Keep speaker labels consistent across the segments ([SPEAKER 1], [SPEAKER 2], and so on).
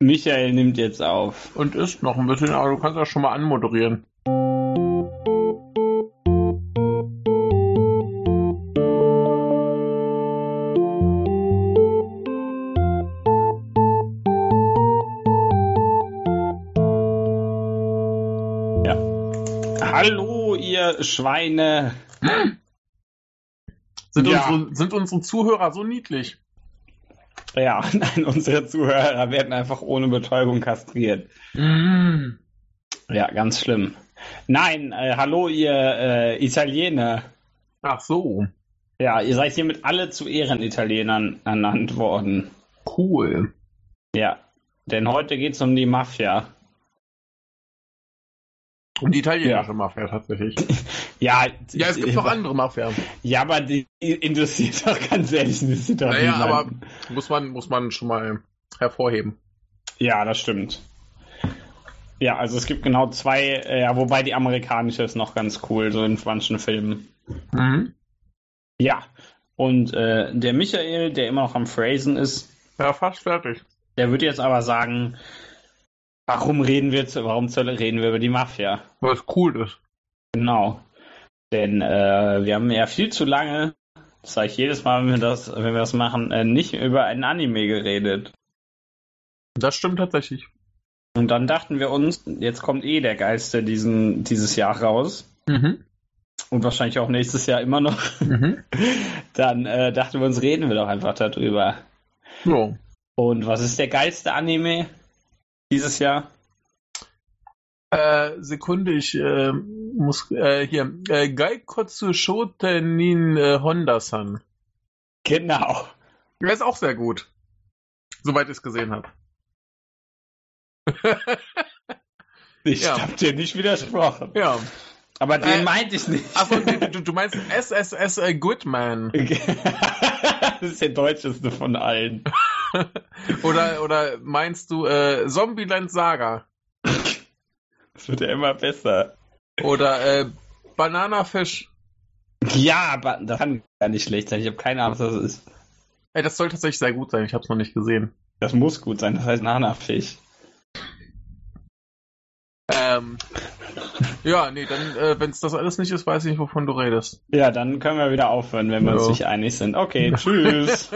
[SPEAKER 1] Michael nimmt jetzt auf.
[SPEAKER 2] Und isst noch ein bisschen, aber du kannst das schon mal anmoderieren.
[SPEAKER 1] Hallo, ihr Schweine.
[SPEAKER 2] Sind,
[SPEAKER 1] Ja.
[SPEAKER 2] unsere, sind unsere Zuhörer so niedlich?
[SPEAKER 1] Ja, nein, unsere Zuhörer werden einfach ohne Betäubung kastriert.
[SPEAKER 2] Mm.
[SPEAKER 1] Ja, ganz schlimm. Nein, äh, hallo, ihr äh, Italiener.
[SPEAKER 2] Ach so,
[SPEAKER 1] Ja, ihr seid hiermit alle zu Ehrenitalienern ernannt worden.
[SPEAKER 2] cool.
[SPEAKER 1] Ja, denn heute geht's um die Mafia.
[SPEAKER 2] Und die italienische Mafia tatsächlich.
[SPEAKER 1] Ja,
[SPEAKER 2] Ja, es gibt noch andere Mafia.
[SPEAKER 1] Ja, aber die interessiert doch ganz ehrlich nicht die
[SPEAKER 2] Naja,
[SPEAKER 1] Italiener.
[SPEAKER 2] aber muss man, muss man schon mal hervorheben.
[SPEAKER 1] Ja, das stimmt. Ja, also es gibt genau zwei, äh, ja, wobei die amerikanische ist noch ganz cool, so in manchen Filmen.
[SPEAKER 2] Mhm.
[SPEAKER 1] Ja, und äh, der Michael, der immer noch am Phrasen ist,
[SPEAKER 2] Ja, fast fertig.
[SPEAKER 1] der wird jetzt aber sagen, warum reden wir, zu, warum zur- reden wir über die Mafia?
[SPEAKER 2] Was cool ist.
[SPEAKER 1] Genau. Denn äh, wir haben ja viel zu lange, das sage ich jedes Mal, wenn wir das, wenn wir das machen, äh, nicht über einen Anime geredet.
[SPEAKER 2] Das stimmt tatsächlich.
[SPEAKER 1] Und dann dachten wir uns, jetzt kommt eh der Geister diesen, dieses Jahr raus.
[SPEAKER 2] Mhm.
[SPEAKER 1] und wahrscheinlich auch nächstes Jahr immer noch,
[SPEAKER 2] Mhm.
[SPEAKER 1] dann äh, dachten wir uns, reden wir doch einfach darüber.
[SPEAKER 2] So.
[SPEAKER 1] Und was ist der geilste Anime dieses Jahr?
[SPEAKER 2] Äh, Sekunde, ich äh, muss äh, hier. Äh, Gaikotsu Shoten Nin äh, Honda-san.
[SPEAKER 1] Genau.
[SPEAKER 2] Der ist auch sehr gut. Soweit ich es gesehen habe.
[SPEAKER 1] Ich
[SPEAKER 2] Ja.
[SPEAKER 1] hab dir nicht widersprochen.
[SPEAKER 2] Ja.
[SPEAKER 1] Aber den
[SPEAKER 2] Äh,
[SPEAKER 1] meinte ich nicht.
[SPEAKER 2] Achso, du, du meinst SSS äh, Goodman.
[SPEAKER 1] das ist der deutscheste von allen.
[SPEAKER 2] Oder, oder meinst du äh, Zombieland Saga?
[SPEAKER 1] Das wird ja immer besser.
[SPEAKER 2] Oder äh, Bananafisch?
[SPEAKER 1] Ja, aber das kann gar nicht schlecht sein. Ich habe keine Ahnung, was das ist.
[SPEAKER 2] Ey, das soll tatsächlich sehr gut sein. Ich habe es noch nicht gesehen.
[SPEAKER 1] Das muss gut sein. Das heißt Nanafisch.
[SPEAKER 2] Ähm, ja, nee, dann, äh, wenn es das alles nicht ist, weiß ich nicht, wovon du redest.
[SPEAKER 1] Ja, dann können wir wieder aufhören, wenn wir uns
[SPEAKER 2] Ja.
[SPEAKER 1] nicht einig sind. Okay, tschüss.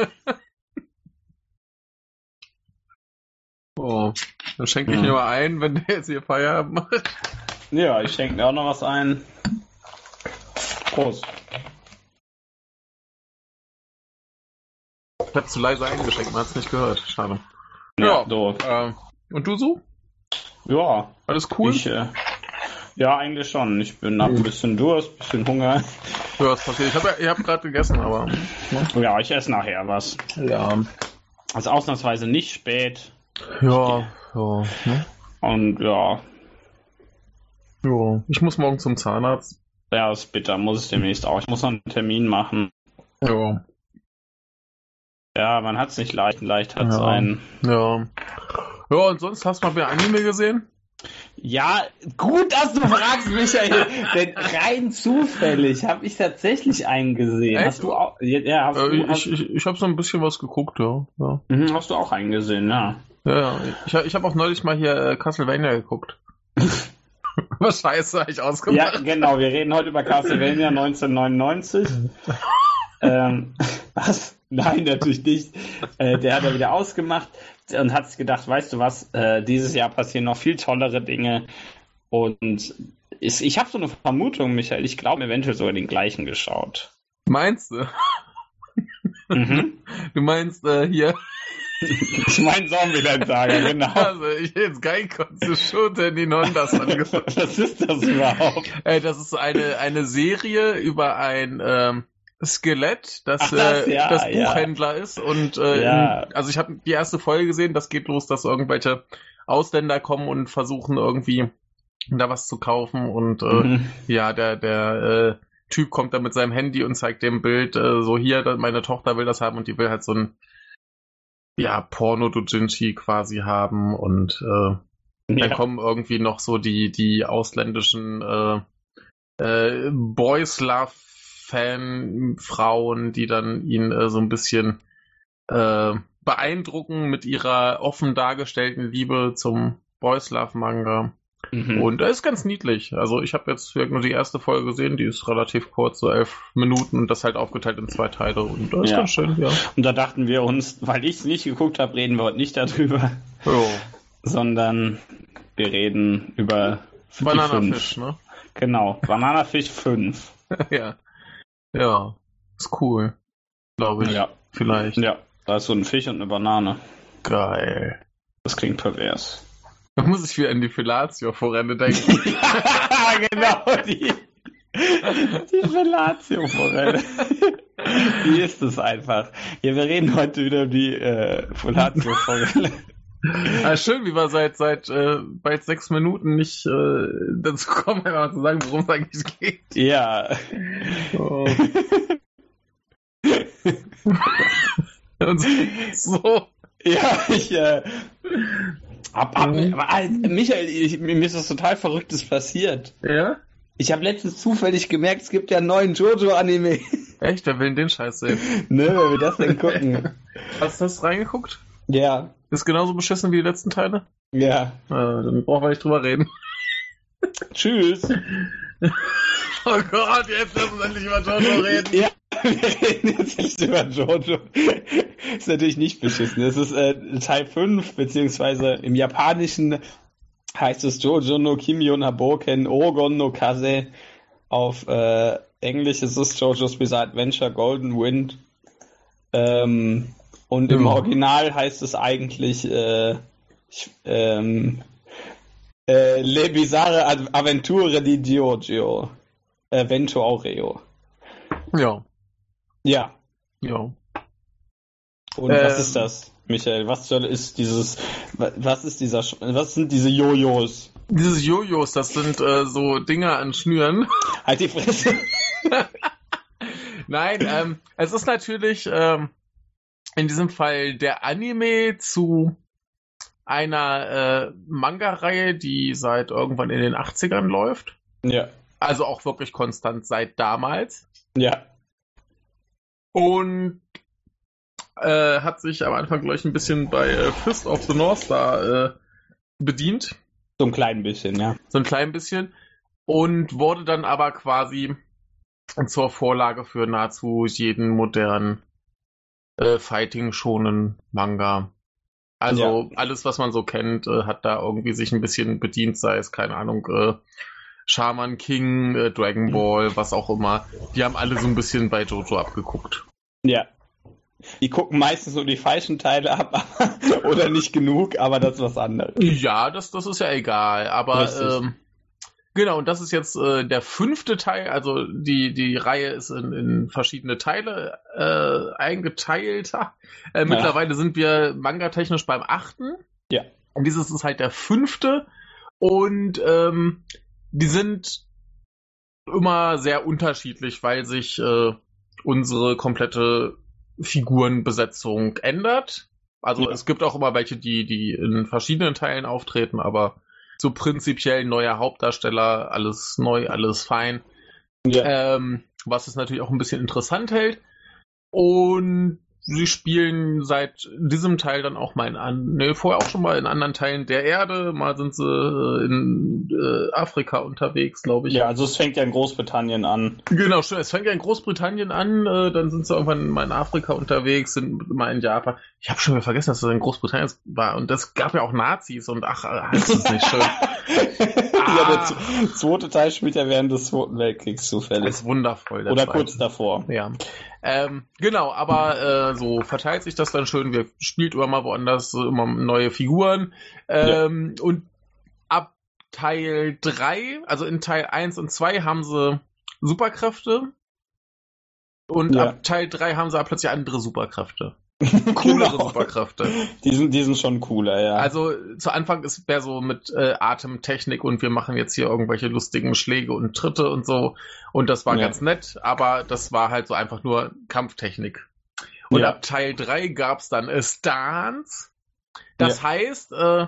[SPEAKER 2] Oh, dann schenke ich
[SPEAKER 1] Ja.
[SPEAKER 2] mir mal ein, wenn der jetzt hier Feierabend macht.
[SPEAKER 1] ja, ich schenke mir auch noch was ein. Prost.
[SPEAKER 2] Ich habe zu leise eingeschenkt, man hat es nicht gehört. Schade.
[SPEAKER 1] Ja,
[SPEAKER 2] Ja.
[SPEAKER 1] so.
[SPEAKER 2] Ähm, und du so?
[SPEAKER 1] Ja,
[SPEAKER 2] Alles cool?
[SPEAKER 1] ich, äh, ja, eigentlich schon. Ich bin
[SPEAKER 2] Hm.
[SPEAKER 1] hab ein bisschen Durst, ein bisschen Hunger.
[SPEAKER 2] Ja, was passiert? Ich habe ja, ich hab gerade gegessen, aber.
[SPEAKER 1] Ja, ich esse nachher was.
[SPEAKER 2] Ja.
[SPEAKER 1] Ist ausnahmsweise nicht spät.
[SPEAKER 2] Ja, ja. Ne?
[SPEAKER 1] Und ja,
[SPEAKER 2] Ja, ich muss morgen zum Zahnarzt.
[SPEAKER 1] ja, ist bitter, muss es demnächst auch. Ich muss noch einen Termin machen.
[SPEAKER 2] Ja,
[SPEAKER 1] Ja, man hat's nicht leicht, leicht hat's
[SPEAKER 2] Ja.
[SPEAKER 1] einen.
[SPEAKER 2] ja. Ja, und sonst hast du mal wieder Anime gesehen?
[SPEAKER 1] Ja, gut, dass du fragst, Michael. denn rein zufällig habe ich tatsächlich einen gesehen.
[SPEAKER 2] Echt?
[SPEAKER 1] Hast du auch, ja, hast,
[SPEAKER 2] Äh,
[SPEAKER 1] du, hast,
[SPEAKER 2] ich ich, ich habe so ein bisschen was geguckt, ja. Ja,
[SPEAKER 1] Mhm, hast du auch einen gesehen, ja.
[SPEAKER 2] ja, ja. Ich, ich habe auch neulich mal hier äh, Castlevania geguckt. was scheiße hab ich
[SPEAKER 1] Ja,
[SPEAKER 2] ausgemacht?
[SPEAKER 1] genau, wir reden heute über Castlevania 1999. ähm, was? Nein, natürlich nicht. Äh, der hat er wieder ausgemacht und hat sich gedacht, weißt du was, äh, dieses Jahr passieren noch viel tollere Dinge. Und ist, ich habe so eine Vermutung, Michael, ich glaube eventuell sogar den gleichen geschaut.
[SPEAKER 2] Meinst du?
[SPEAKER 1] Mhm.
[SPEAKER 2] Du meinst äh, hier,
[SPEAKER 1] Ich meine Zombieland-Saga, genau.
[SPEAKER 2] also ich jetzt geil konnte schon den die Nondas angesagt.
[SPEAKER 1] Was ist das überhaupt?
[SPEAKER 2] Äh, das ist eine, eine Serie über ein ähm, Skelett, das,
[SPEAKER 1] Ach, das,
[SPEAKER 2] äh,
[SPEAKER 1] ja,
[SPEAKER 2] das
[SPEAKER 1] ja.
[SPEAKER 2] Buchhändler ist. Und äh,
[SPEAKER 1] Ja.
[SPEAKER 2] in, also ich habe die erste Folge gesehen, das geht los, dass irgendwelche Ausländer kommen und versuchen irgendwie da was zu kaufen. Und äh,
[SPEAKER 1] Mhm.
[SPEAKER 2] ja, der, der äh, Typ kommt dann mit seinem Handy und zeigt dem Bild, äh, so hier, da- meine Tochter will das haben und die will halt so ein ja, Porno-Dojinshi quasi haben und äh, dann
[SPEAKER 1] Ja.
[SPEAKER 2] kommen irgendwie noch so die, die ausländischen äh, äh, Boys Love Fan Frauen, die dann ihn äh, so ein bisschen äh, beeindrucken mit ihrer offen dargestellten Liebe zum Boys Love Manga.
[SPEAKER 1] Mhm.
[SPEAKER 2] Und er ist ganz niedlich. Also ich habe jetzt wirklich nur die erste Folge gesehen, die ist relativ kurz, so elf Minuten und das halt aufgeteilt in zwei Teile. Und das ist
[SPEAKER 1] Ja.
[SPEAKER 2] ganz schön, ja.
[SPEAKER 1] Und da dachten wir uns, weil ich es nicht geguckt habe, reden wir heute nicht darüber,
[SPEAKER 2] Jo.
[SPEAKER 1] sondern wir reden über die
[SPEAKER 2] Bananafisch, ne?
[SPEAKER 1] fünf. Genau, Bananafisch 5.
[SPEAKER 2] ja. Ja. Ist cool. Glaube ich.
[SPEAKER 1] Ja,
[SPEAKER 2] Vielleicht.
[SPEAKER 1] ja, da ist so ein Fisch und eine Banane.
[SPEAKER 2] Geil.
[SPEAKER 1] Das klingt pervers.
[SPEAKER 2] Da muss ich wieder an die Fellatio-Vorrende denken.
[SPEAKER 1] genau, die, die Fellatio-Forelle. Die ist es einfach. Ja, wir reden heute wieder über die äh, Fellatio-Forelle.
[SPEAKER 2] ah, schön, wie wir seit, seit äh, bald sechs Minuten nicht äh, dazu kommen, einfach mal zu sagen, worum es eigentlich geht.
[SPEAKER 1] ja,
[SPEAKER 2] Oh. Und so. so.
[SPEAKER 1] Ja, ich äh, hab, hab,
[SPEAKER 2] Mhm.
[SPEAKER 1] aber, äh, Michael, ich, mir ist was total Verrücktes passiert.
[SPEAKER 2] Ja?
[SPEAKER 1] Ich habe letztens zufällig gemerkt, es gibt ja einen neuen Jojo-Anime.
[SPEAKER 2] Echt? Wer will denn den Scheiß sehen?
[SPEAKER 1] ne, wenn wir das denn gucken.
[SPEAKER 2] Hast du das reingeguckt?
[SPEAKER 1] ja,
[SPEAKER 2] Ist genauso beschissen wie die letzten Teile?
[SPEAKER 1] ja.
[SPEAKER 2] Äh, dann brauchen wir nicht drüber reden.
[SPEAKER 1] Tschüss.
[SPEAKER 2] Oh Gott, jetzt lass uns endlich über Jojo reden.
[SPEAKER 1] Ja, wir reden jetzt nicht über Jojo. ist natürlich nicht beschissen. Es ist äh, Teil 5, beziehungsweise im Japanischen heißt es Jojo no Kimio na Boken Ogon no Kaze. Auf äh, Englisch ist es Jojo's Bizarre Adventure Golden Wind. Ähm, und im
[SPEAKER 2] Ja.
[SPEAKER 1] Original heißt es eigentlich äh, ich, ähm, äh, Le Bizarre Ad- Avventure di Giorgio. Avventure Aureo.
[SPEAKER 2] Ja,
[SPEAKER 1] Ja,
[SPEAKER 2] ja.
[SPEAKER 1] Und was
[SPEAKER 2] Ähm,
[SPEAKER 1] ist das, Michael? Was soll ist dieses wa- was ist dieser Sch- was sind diese Jojos?
[SPEAKER 2] Diese Jojos, das sind äh, so Dinger an Schnüren.
[SPEAKER 1] Halt die Fresse.
[SPEAKER 2] Nein, ähm, es ist natürlich ähm, in diesem Fall der Anime zu einer äh, Manga-Reihe, die seit irgendwann in den 80ern läuft.
[SPEAKER 1] ja.
[SPEAKER 2] Also auch wirklich konstant seit damals.
[SPEAKER 1] Ja.
[SPEAKER 2] Und äh, hat sich am Anfang gleich ein bisschen bei äh, Fist of the North Star äh, bedient.
[SPEAKER 1] So ein klein bisschen, ja.
[SPEAKER 2] So ein klein bisschen. Und wurde dann aber quasi zur Vorlage für nahezu jeden modernen äh, Fighting-schonen Manga. Also alles, was man so kennt, äh, hat da irgendwie sich ein bisschen bedient, sei es, keine Ahnung, äh, Shaman King, äh, Dragon Ball, was auch immer. Die haben alle so ein bisschen bei Jojo abgeguckt.
[SPEAKER 1] Ja. Die gucken meistens nur die falschen Teile ab aber- oder nicht genug, aber das ist was anderes.
[SPEAKER 2] Ja, das, das ist ja egal, aber
[SPEAKER 1] Richtig.
[SPEAKER 2] ähm, genau, und das ist jetzt äh, der fünfte Teil, also die, die Reihe ist in, in verschiedene Teile äh, eingeteilt. Ha. Äh, mittlerweile sind wir manga-technisch beim achten.
[SPEAKER 1] Ja.
[SPEAKER 2] Und dieses ist halt der fünfte und ähm, die sind immer sehr unterschiedlich, weil sich äh, unsere komplette Figurenbesetzung ändert. Also
[SPEAKER 1] Ja.
[SPEAKER 2] es gibt auch immer welche, die, die in verschiedenen Teilen auftreten, aber so prinzipiell neuer Hauptdarsteller, alles neu, alles fein.
[SPEAKER 1] Ja.
[SPEAKER 2] Ähm, was es natürlich auch ein bisschen interessant hält. Und sie spielen seit diesem Teil dann auch mal in an, ne, vorher auch schon mal in anderen Teilen der Erde, mal sind sie äh, in äh, Afrika unterwegs, glaube ich.
[SPEAKER 1] ja, also es fängt ja in Großbritannien an.
[SPEAKER 2] Genau, stimmt. Es fängt ja in Großbritannien an, äh, dann sind sie irgendwann mal in Afrika unterwegs, sind mal in Japan. Ich habe schon wieder vergessen, dass das in Großbritannien war und das gab ja auch Nazis und ach, äh, das ist nicht schön. Ah,
[SPEAKER 1] ja, der z- zweite Teil spielt ja während des Zweiten Weltkriegs
[SPEAKER 2] Das
[SPEAKER 1] zufällig.
[SPEAKER 2] ist wundervoll. der
[SPEAKER 1] Oder
[SPEAKER 2] zweite.
[SPEAKER 1] kurz davor.
[SPEAKER 2] Ja. Ähm, genau, aber äh, so verteilt sich das dann schön. Wir spielt immer mal woanders so immer neue Figuren. Ähm, Und ab Teil 3, also in Teil 1 und 2 haben sie Superkräfte. Und
[SPEAKER 1] Ja.
[SPEAKER 2] ab Teil 3 haben sie aber plötzlich andere Superkräfte. Coolere
[SPEAKER 1] Genau.
[SPEAKER 2] Superkräfte.
[SPEAKER 1] Die sind, die sind schon cooler, ja.
[SPEAKER 2] Also zu Anfang ist mehr so mit äh, Atemtechnik und wir machen jetzt hier irgendwelche lustigen Schläge und Tritte und so. Und das war
[SPEAKER 1] Ja.
[SPEAKER 2] ganz nett, aber das war halt so einfach nur Kampftechnik. Und
[SPEAKER 1] Ja.
[SPEAKER 2] ab Teil 3 gab es dann äh, Stance. Das heißt, äh,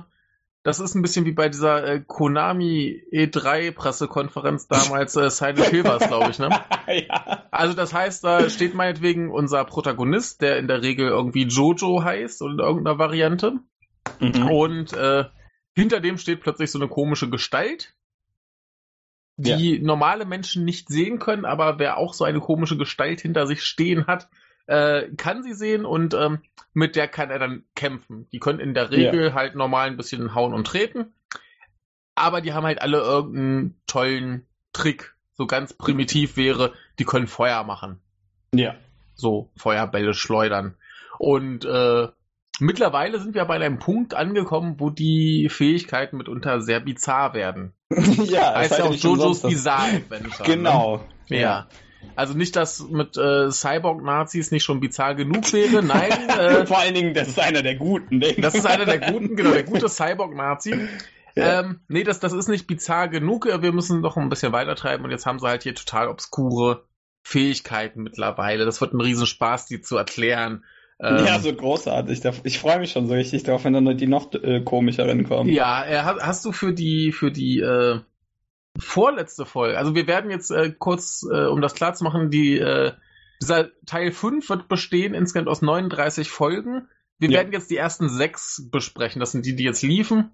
[SPEAKER 2] Das ist ein bisschen wie bei dieser äh, Konami E3-Pressekonferenz damals, äh, Silent Hill war glaube ich, ne?
[SPEAKER 1] ja.
[SPEAKER 2] Also das heißt, da steht meinetwegen unser Protagonist, der in der Regel irgendwie Jojo heißt oder in irgendeiner Variante.
[SPEAKER 1] Mhm.
[SPEAKER 2] Und äh, hinter dem steht plötzlich so eine komische Gestalt, die normale Menschen nicht sehen können, aber wer auch so eine komische Gestalt hinter sich stehen hat, äh, kann sie sehen und ähm, mit der kann er dann kämpfen. Die können in der Regel halt normal ein bisschen hauen und treten, aber die haben halt alle irgendeinen tollen Trick. So ganz primitiv wäre, die können Feuer machen
[SPEAKER 1] ja.
[SPEAKER 2] so Feuerbälle schleudern. Und äh, mittlerweile sind wir bei einem Punkt angekommen, wo die Fähigkeiten mitunter sehr bizarr werden.
[SPEAKER 1] ja,
[SPEAKER 2] Heißt
[SPEAKER 1] es
[SPEAKER 2] ja
[SPEAKER 1] sei denn,
[SPEAKER 2] auch
[SPEAKER 1] ich bin
[SPEAKER 2] Jojo's
[SPEAKER 1] sonst das-
[SPEAKER 2] Bizarre Adventure.
[SPEAKER 1] Genau.
[SPEAKER 2] Ne? Ja. Also nicht, dass mit äh, Cyborg-Nazis nicht schon bizarr genug wäre, nein, äh,
[SPEAKER 1] Vor allen Dingen, das ist einer der guten. ne?
[SPEAKER 2] das ist einer der guten, genau, der gute Cyborg-Nazi.
[SPEAKER 1] Ja.
[SPEAKER 2] Ähm, nee, das, das ist nicht bizarr genug. äh, Wir müssen noch ein bisschen weitertreiben und jetzt haben sie halt hier total obskure Fähigkeiten mittlerweile. Das wird ein Riesenspaß, die zu erklären. Ähm,
[SPEAKER 1] ja, so großartig. Da- Ich freue mich schon so richtig darauf, wenn dann die noch äh, komischeren kommen.
[SPEAKER 2] Ja, äh, ha- hast du für die für die äh, vorletzte Folge, also wir werden jetzt äh, kurz, äh, um das klar zu machen, die, äh, dieser Teil 5 wird bestehen insgesamt aus 39 Folgen. Wir
[SPEAKER 1] Ja.
[SPEAKER 2] werden jetzt die ersten sechs besprechen, das sind die, die jetzt liefen.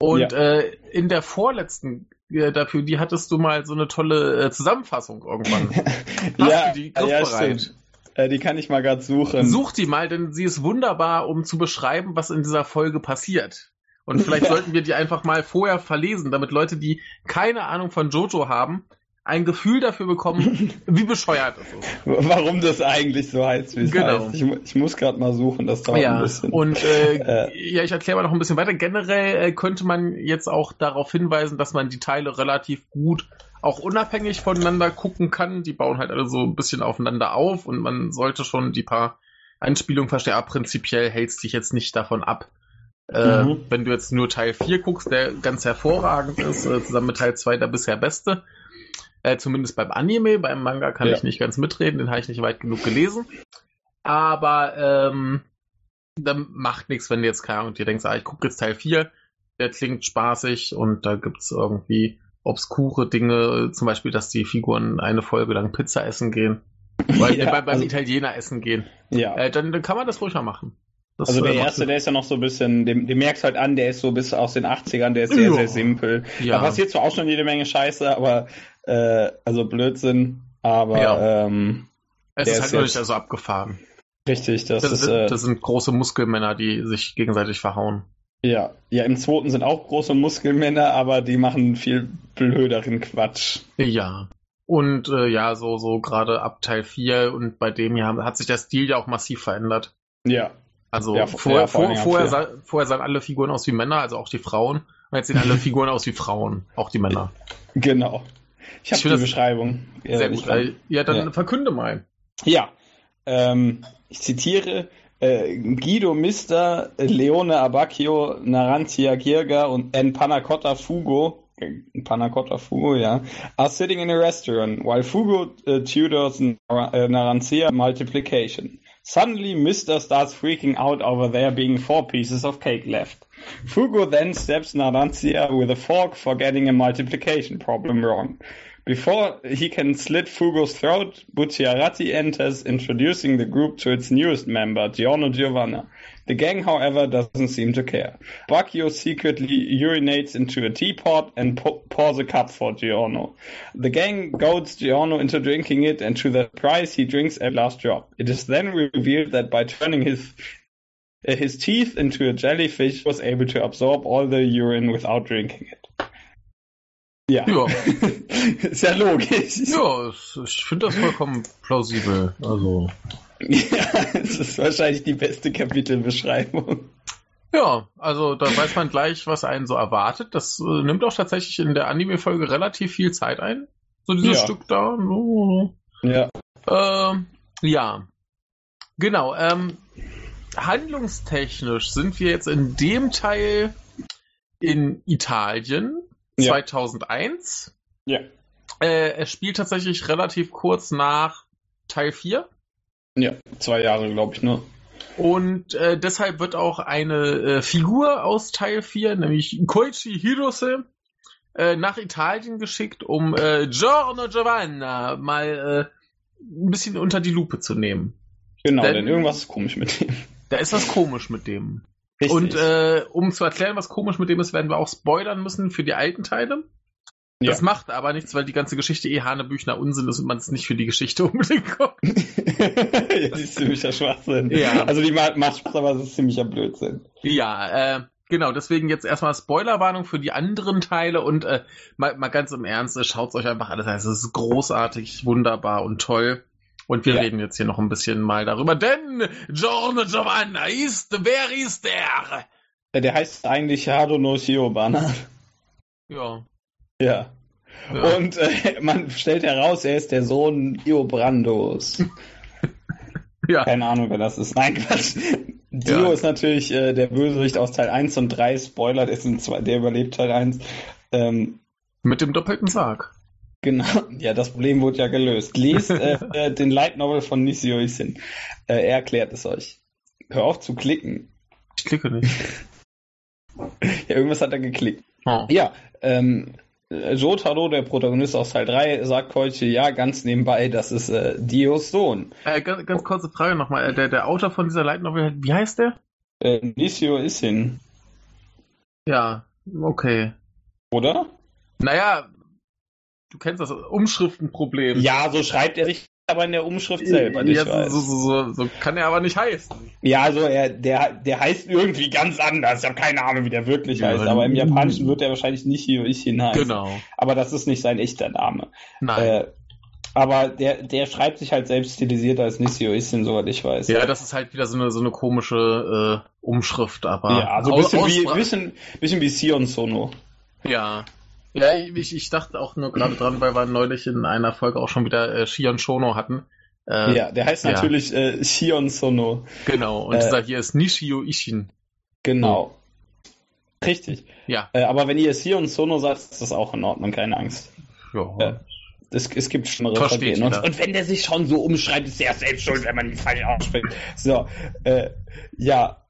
[SPEAKER 2] Und äh, in der vorletzten äh, dafür, die hattest du mal so eine tolle äh, Zusammenfassung irgendwann. Hast
[SPEAKER 1] Ja,
[SPEAKER 2] du die
[SPEAKER 1] ja,
[SPEAKER 2] griffbereit?
[SPEAKER 1] stimmt. Äh, die kann ich mal gerade suchen.
[SPEAKER 2] Such die mal, denn sie ist wunderbar, um zu beschreiben, was in dieser Folge passiert. Und vielleicht sollten wir die einfach mal vorher verlesen, damit Leute, die keine Ahnung von Jojo haben, ein Gefühl dafür bekommen, wie bescheuert es ist.
[SPEAKER 1] Warum das eigentlich so heißt, wie es
[SPEAKER 2] Genau.
[SPEAKER 1] heißt. Ich, mu- ich muss gerade mal suchen, das dauert ein
[SPEAKER 2] Ja,
[SPEAKER 1] bisschen.
[SPEAKER 2] und äh,
[SPEAKER 1] Äh.
[SPEAKER 2] ja, ich erkläre mal noch ein bisschen weiter. Generell äh, könnte man jetzt auch darauf hinweisen, dass man die Teile relativ gut auch unabhängig voneinander gucken kann. Die bauen halt alle so ein bisschen aufeinander auf und man sollte schon die paar Anspielungen verstehen. Aber prinzipiell hältst dich jetzt nicht davon ab. Äh,
[SPEAKER 1] Mhm.
[SPEAKER 2] Wenn du jetzt nur Teil 4 guckst, der ganz hervorragend ist, äh, zusammen mit Teil 2 der bisher beste. Äh, zumindest beim Anime, beim Manga kann
[SPEAKER 1] Ja.
[SPEAKER 2] ich nicht ganz mitreden, den habe ich nicht weit genug gelesen. Aber ähm, dann macht nichts, wenn du jetzt keine Ahnung, dir denkst, ah, ich gucke jetzt Teil 4, der klingt spaßig und da gibt's irgendwie obskure Dinge, zum Beispiel, dass die Figuren eine Folge lang Pizza essen gehen. Weil
[SPEAKER 1] Ja,
[SPEAKER 2] äh, bei, beim
[SPEAKER 1] also-
[SPEAKER 2] Italiener essen gehen.
[SPEAKER 1] ja.
[SPEAKER 2] Äh, dann, dann kann man das ruhig mal machen. Das,
[SPEAKER 1] also der
[SPEAKER 2] äh, macht-
[SPEAKER 1] erste, der ist ja noch so ein bisschen, dem, dem merkst du halt an, der ist so bis aus den 80ern, der ist sehr,
[SPEAKER 2] Ja.
[SPEAKER 1] sehr simpel.
[SPEAKER 2] ja.
[SPEAKER 1] Da passiert zwar auch schon jede Menge Scheiße, aber äh, also Blödsinn, aber
[SPEAKER 2] Ja.
[SPEAKER 1] ähm,
[SPEAKER 2] es
[SPEAKER 1] der
[SPEAKER 2] ist
[SPEAKER 1] ist
[SPEAKER 2] halt nur nicht
[SPEAKER 1] jetzt-
[SPEAKER 2] also abgefahren.
[SPEAKER 1] richtig, das,
[SPEAKER 2] Das,
[SPEAKER 1] ist
[SPEAKER 2] sind,
[SPEAKER 1] äh,
[SPEAKER 2] das sind große Muskelmänner, die sich gegenseitig verhauen.
[SPEAKER 1] ja. Ja, im zweiten sind auch große Muskelmänner, aber die machen viel blöderen Quatsch.
[SPEAKER 2] Ja. Und äh, ja, so, so gerade ab Teil 4 und bei dem hier haben- hat sich der Stil ja auch massiv verändert.
[SPEAKER 1] Ja.
[SPEAKER 2] Also
[SPEAKER 1] Ja, vor-
[SPEAKER 2] vorher,
[SPEAKER 1] ja, vor
[SPEAKER 2] vor,
[SPEAKER 1] allen Dingen
[SPEAKER 2] vorher,
[SPEAKER 1] ab
[SPEAKER 2] sah, vorher sahen alle Figuren aus wie Männer, also auch die Frauen. Und jetzt sehen alle Figuren aus wie Frauen, auch die Männer.
[SPEAKER 1] Genau. Ich habe
[SPEAKER 2] Ich find
[SPEAKER 1] die
[SPEAKER 2] das
[SPEAKER 1] Beschreibung. Ja,
[SPEAKER 2] Sehr
[SPEAKER 1] ich
[SPEAKER 2] gut.
[SPEAKER 1] fand-
[SPEAKER 2] Äh, Ja, dann
[SPEAKER 1] Ja.
[SPEAKER 2] verkünde mal.
[SPEAKER 1] Ja, ähm, ich zitiere äh, Guido Mister, Leone Abacchio, Narantia Gierga und and Panacotta Fugo. äh, Panacotta Fugo, ja. Are sitting in a restaurant while Fugo äh, tutors Nar äh, Narantia multiplication. Suddenly, Mister starts freaking out over there being four pieces of cake left. Fugo then stabs Narantia with a fork for getting a multiplication problem wrong. Before he can slit Fugo's throat, Bucciarati enters, introducing the group to its newest member, Giorno Giovanna. The gang, however, doesn't seem to care. Bacchio secretly urinates into a teapot and po- pours a cup for Giorno. The gang goads Giorno into drinking it, and to their surprise, he drinks a last drop. It is then revealed that by turning his uh, his teeth into a jellyfish, he was able to absorb all the urine without drinking it. Yeah.
[SPEAKER 2] Ja,
[SPEAKER 1] ist ja logisch.
[SPEAKER 2] ja es- ich finde das vollkommen plausibel. Also.
[SPEAKER 1] Ja, es ist wahrscheinlich die beste Kapitelbeschreibung.
[SPEAKER 2] Ja, also da weiß man gleich, was einen so erwartet. Das äh, nimmt auch tatsächlich in der Anime-Folge relativ viel Zeit ein. So dieses
[SPEAKER 1] Ja.
[SPEAKER 2] Stück da. So.
[SPEAKER 1] Ja.
[SPEAKER 2] Ähm, ja. Genau. Ähm, handlungstechnisch sind wir jetzt in dem Teil in Italien
[SPEAKER 1] Ja.
[SPEAKER 2] 2001.
[SPEAKER 1] Ja.
[SPEAKER 2] Äh, es spielt tatsächlich relativ kurz nach Teil 4.
[SPEAKER 1] Ja, zwei Jahre, glaube ich, ne?
[SPEAKER 2] Und äh, deshalb wird auch eine äh, Figur aus Teil 4, nämlich Koichi Hirose, äh, nach Italien geschickt, um äh, Giorno Giovanna mal äh, ein bisschen unter die Lupe zu nehmen.
[SPEAKER 1] Genau, denn,
[SPEAKER 2] Denn-
[SPEAKER 1] irgendwas ist komisch mit dem.
[SPEAKER 2] Da ist was komisch mit dem.
[SPEAKER 1] Richtig.
[SPEAKER 2] Und äh, um zu erklären, was komisch mit dem ist, werden wir auch spoilern müssen für die alten Teile.
[SPEAKER 1] Ja.
[SPEAKER 2] Das macht aber nichts, weil die ganze Geschichte eh Hanebüchner Unsinn ist und man es nicht für die Geschichte unbedingt guckt.
[SPEAKER 1] das ist ziemlicher Schwachsinn.
[SPEAKER 2] äh, Ja.
[SPEAKER 1] Also die macht, macht Spaß, aber es ist ziemlicher Blödsinn.
[SPEAKER 2] Ja, äh, genau, deswegen jetzt erstmal Spoilerwarnung für die anderen Teile und äh, mal, mal ganz im Ernst, äh, schaut's euch einfach alles an. Es ist großartig, wunderbar und toll. Und wir
[SPEAKER 1] Ja.
[SPEAKER 2] reden jetzt hier noch ein bisschen mal darüber, denn Giorno Giovanna ist, wer ist der?
[SPEAKER 1] Äh, Der heißt eigentlich Hado no Shiobana.
[SPEAKER 2] Ja.
[SPEAKER 1] Ja.
[SPEAKER 2] ja.
[SPEAKER 1] Und äh, man stellt heraus, er ist der Sohn Diobrandos.
[SPEAKER 2] ja.
[SPEAKER 1] Keine Ahnung, wer das ist. Nein, Quatsch. Dio
[SPEAKER 2] Ja.
[SPEAKER 1] ist natürlich äh, der Bösewicht aus Teil 1 und 3. Spoiler, der, ist in zwei, der überlebt Teil 1. Ähm,
[SPEAKER 2] Mit dem doppelten Sarg.
[SPEAKER 1] genau, ja, das Problem wurde ja gelöst. Lest äh, äh, den Light Novel von Nisio Isin. Äh, er erklärt es euch. Hör auf zu klicken.
[SPEAKER 2] Ich klicke nicht.
[SPEAKER 1] Ja, irgendwas hat er geklickt.
[SPEAKER 2] Oh.
[SPEAKER 1] Ja, ähm, äh, Jotaro, der Protagonist aus Teil 3, sagt heute ja ganz nebenbei, das ist äh, Dios Sohn.
[SPEAKER 2] Äh, ganz, ganz kurze Frage nochmal. Äh, Der, der Autor von dieser Light Novel, wie heißt der?
[SPEAKER 1] Äh, Nisio Isin,
[SPEAKER 2] Ja, okay.
[SPEAKER 1] oder?
[SPEAKER 2] Naja, du kennst das Umschriftenproblem.
[SPEAKER 1] Ja, so schreibt er sich aber in der Umschrift selber.
[SPEAKER 2] Ja,
[SPEAKER 1] ich weiß.
[SPEAKER 2] so, so, so, so kann er aber nicht heißen.
[SPEAKER 1] Ja, also er, der, der heißt irgendwie ganz anders. Ich habe keine Ahnung, wie der wirklich
[SPEAKER 2] Ja,
[SPEAKER 1] heißt, aber im
[SPEAKER 2] mm.
[SPEAKER 1] Japanischen wird er wahrscheinlich Nishio Ishin heißen.
[SPEAKER 2] Genau.
[SPEAKER 1] Aber das ist nicht sein echter Name.
[SPEAKER 2] Nein.
[SPEAKER 1] Äh, aber der, der schreibt sich halt selbst stilisiert als Nishio Ishin, soweit ich weiß.
[SPEAKER 2] ja, das ist halt wieder so eine, so eine komische äh, Umschrift, aber.
[SPEAKER 1] ja so ein
[SPEAKER 2] Aus-
[SPEAKER 1] bisschen wie,
[SPEAKER 2] Ausspra-
[SPEAKER 1] bisschen, bisschen wie Sion Sono.
[SPEAKER 2] Ja. Ja, ich, ich dachte auch nur gerade dran, weil wir neulich in einer Folge auch schon wieder äh, Shion Shono hatten. Äh,
[SPEAKER 1] ja, der heißt
[SPEAKER 2] ja.
[SPEAKER 1] natürlich äh, Shion Sono.
[SPEAKER 2] Genau. Und
[SPEAKER 1] Äh,
[SPEAKER 2] dieser hier ist Nishio Ishin.
[SPEAKER 1] Genau. Richtig.
[SPEAKER 2] Hm. Ja.
[SPEAKER 1] Äh, aber wenn ihr Sion Sono sagt, ist das auch in Ordnung, keine Angst.
[SPEAKER 2] ja.
[SPEAKER 1] äh, Es, es gibt schlimmere
[SPEAKER 2] Versteht
[SPEAKER 1] Vergehen. Und,
[SPEAKER 2] jeder.
[SPEAKER 1] und wenn der sich schon so umschreibt, ist er selbst schuld, wenn man ihn falsch ausspricht. So, äh, ja.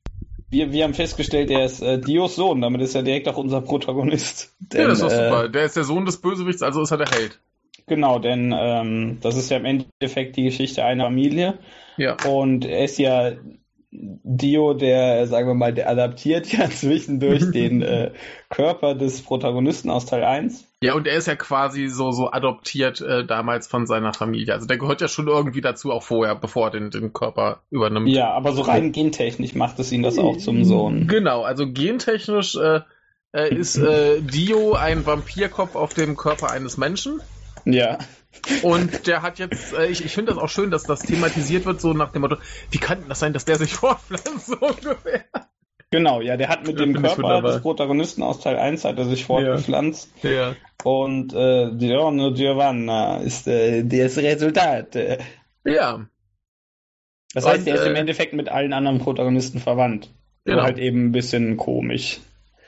[SPEAKER 1] Wir, wir haben festgestellt, er ist äh, Dios Sohn, damit ist er direkt auch unser Protagonist.
[SPEAKER 2] ja, das ist doch
[SPEAKER 1] Denn, äh,
[SPEAKER 2] super. Der ist der Sohn des Bösewichts, also ist er der Held.
[SPEAKER 1] Genau, denn ähm, das ist ja im Endeffekt die Geschichte einer Familie.
[SPEAKER 2] Ja.
[SPEAKER 1] Und er ist ja Dio, der, sagen wir mal, der adaptiert ja zwischendurch den äh, Körper des Protagonisten aus Teil 1.
[SPEAKER 2] Ja, und er ist ja quasi so, so adoptiert äh, damals von seiner Familie. Also der gehört ja schon irgendwie dazu, auch vorher, bevor er den, den Körper übernimmt.
[SPEAKER 1] Ja, aber so rein gentechnisch macht es ihn das auch zum Sohn.
[SPEAKER 2] Genau, also gentechnisch äh, äh, ist äh, Dio ein Vampirkopf auf dem Körper eines Menschen.
[SPEAKER 1] Ja.
[SPEAKER 2] Und der hat jetzt, äh, ich, ich finde das auch schön, dass das thematisiert wird, so nach dem Motto, wie kann denn das sein, dass der sich fortpflanzt, so ungefähr.
[SPEAKER 1] Genau, ja, der hat mit
[SPEAKER 2] Ja,
[SPEAKER 1] dem
[SPEAKER 2] finde ich
[SPEAKER 1] Körper
[SPEAKER 2] wunderbar.
[SPEAKER 1] des Protagonisten aus Teil 1 hat er sich fortgepflanzt.
[SPEAKER 2] Ja.
[SPEAKER 1] Und äh, Giorno Giovanna ist äh, das Resultat. äh.
[SPEAKER 2] Ja,
[SPEAKER 1] Das heißt,
[SPEAKER 2] Und,
[SPEAKER 1] er ist im
[SPEAKER 2] äh,
[SPEAKER 1] Endeffekt mit allen anderen Protagonisten verwandt. Nur
[SPEAKER 2] Genau.
[SPEAKER 1] halt eben ein bisschen komisch.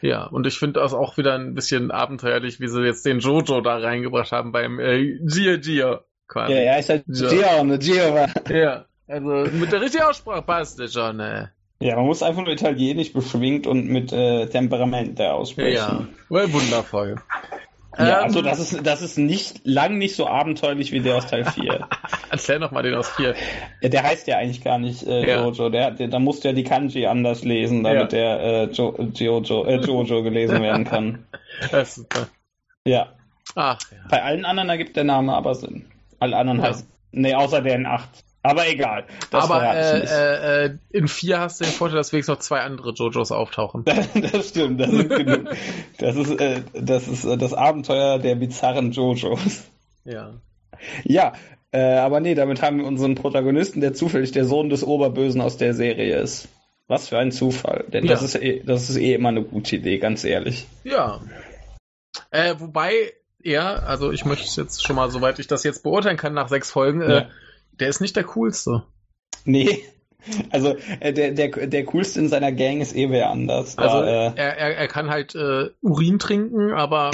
[SPEAKER 2] ja. Und ich finde das auch wieder ein bisschen abenteuerlich, wie sie jetzt den Jojo da reingebracht haben beim äh, Gia Gia quasi.
[SPEAKER 1] Ja, er ist halt
[SPEAKER 2] Ja.
[SPEAKER 1] Giorno Giovanna.
[SPEAKER 2] Ja, also mit der richtigen Aussprache passt das schon. Äh.
[SPEAKER 1] Ja, man muss einfach nur italienisch beschwingt und mit äh, Temperament da aussprechen.
[SPEAKER 2] Ja, well, wundervoll.
[SPEAKER 1] Ja,
[SPEAKER 2] Ähm,
[SPEAKER 1] also das ist, das ist nicht, lang nicht so abenteuerlich wie der aus Teil 4.
[SPEAKER 2] Erklär nochmal den aus vier.
[SPEAKER 1] Ja, der heißt ja eigentlich gar nicht äh,
[SPEAKER 2] Ja.
[SPEAKER 1] Jojo. Der, der, da musst du ja die Kanji anders lesen, damit der äh, jo, Jojo, äh, Jojo gelesen werden kann.
[SPEAKER 2] Das ist super.
[SPEAKER 1] Ja,
[SPEAKER 2] Ach, ja.
[SPEAKER 1] bei allen anderen ergibt der Name aber Sinn. Alle anderen
[SPEAKER 2] Ja.
[SPEAKER 1] heißt, nee, außer der in 8. Aber egal, das
[SPEAKER 2] Aber
[SPEAKER 1] verrate ich
[SPEAKER 2] äh,
[SPEAKER 1] nicht.
[SPEAKER 2] äh, äh, in vier hast du den Vorteil, dass wenigstens noch zwei andere Jojos auftauchen.
[SPEAKER 1] Das stimmt, das sind genug. Das ist, äh, das, ist äh, das Abenteuer der bizarren Jojos.
[SPEAKER 2] Ja.
[SPEAKER 1] Ja, äh, aber nee, damit haben wir unseren Protagonisten, der zufällig der Sohn des Oberbösen aus der Serie ist. Was für ein Zufall, denn das,
[SPEAKER 2] Ja.
[SPEAKER 1] ist eh, das ist eh immer eine gute Idee, ganz ehrlich.
[SPEAKER 2] Ja. Äh, wobei er, also ich möchte es jetzt schon äh, mal, soweit ich das jetzt beurteilen kann, nach sechs Folgen,
[SPEAKER 1] Ja.
[SPEAKER 2] äh, der ist nicht der coolste.
[SPEAKER 1] Nee, Also äh, der, der, der coolste in seiner Gang ist eh wer anders. Da,
[SPEAKER 2] Also
[SPEAKER 1] äh,
[SPEAKER 2] er, er, er kann halt äh, Urin trinken, aber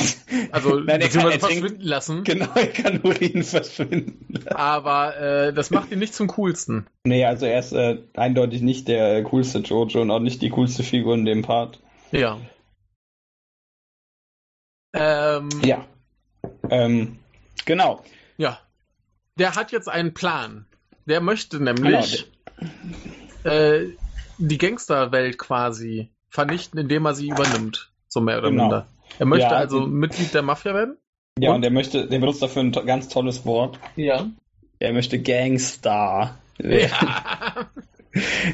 [SPEAKER 2] also
[SPEAKER 1] Nein, er kann-
[SPEAKER 2] beziehungsweise
[SPEAKER 1] er trinkt-
[SPEAKER 2] verschwinden lassen.
[SPEAKER 1] genau, er kann Urin verschwinden.
[SPEAKER 2] Aber äh, das macht ihn nicht zum coolsten.
[SPEAKER 1] Nee, also er ist äh, eindeutig nicht der coolste Jojo und auch nicht die coolste Figur in dem Part.
[SPEAKER 2] Ja. Ähm, ja.
[SPEAKER 1] Ja. Ähm, genau.
[SPEAKER 2] Der hat jetzt einen Plan. Der möchte
[SPEAKER 1] Genau,
[SPEAKER 2] nämlich äh, die Gangsterwelt quasi vernichten, indem er sie übernimmt. So mehr oder
[SPEAKER 1] Genau.
[SPEAKER 2] minder. Er möchte
[SPEAKER 1] Ja,
[SPEAKER 2] also
[SPEAKER 1] die-
[SPEAKER 2] Mitglied der Mafia werden?
[SPEAKER 1] Ja,
[SPEAKER 2] Und?
[SPEAKER 1] und, er möchte, der benutzt dafür ein to ganz tolles Wort.
[SPEAKER 2] Ja.
[SPEAKER 1] Er möchte Gangstar.
[SPEAKER 2] Ja.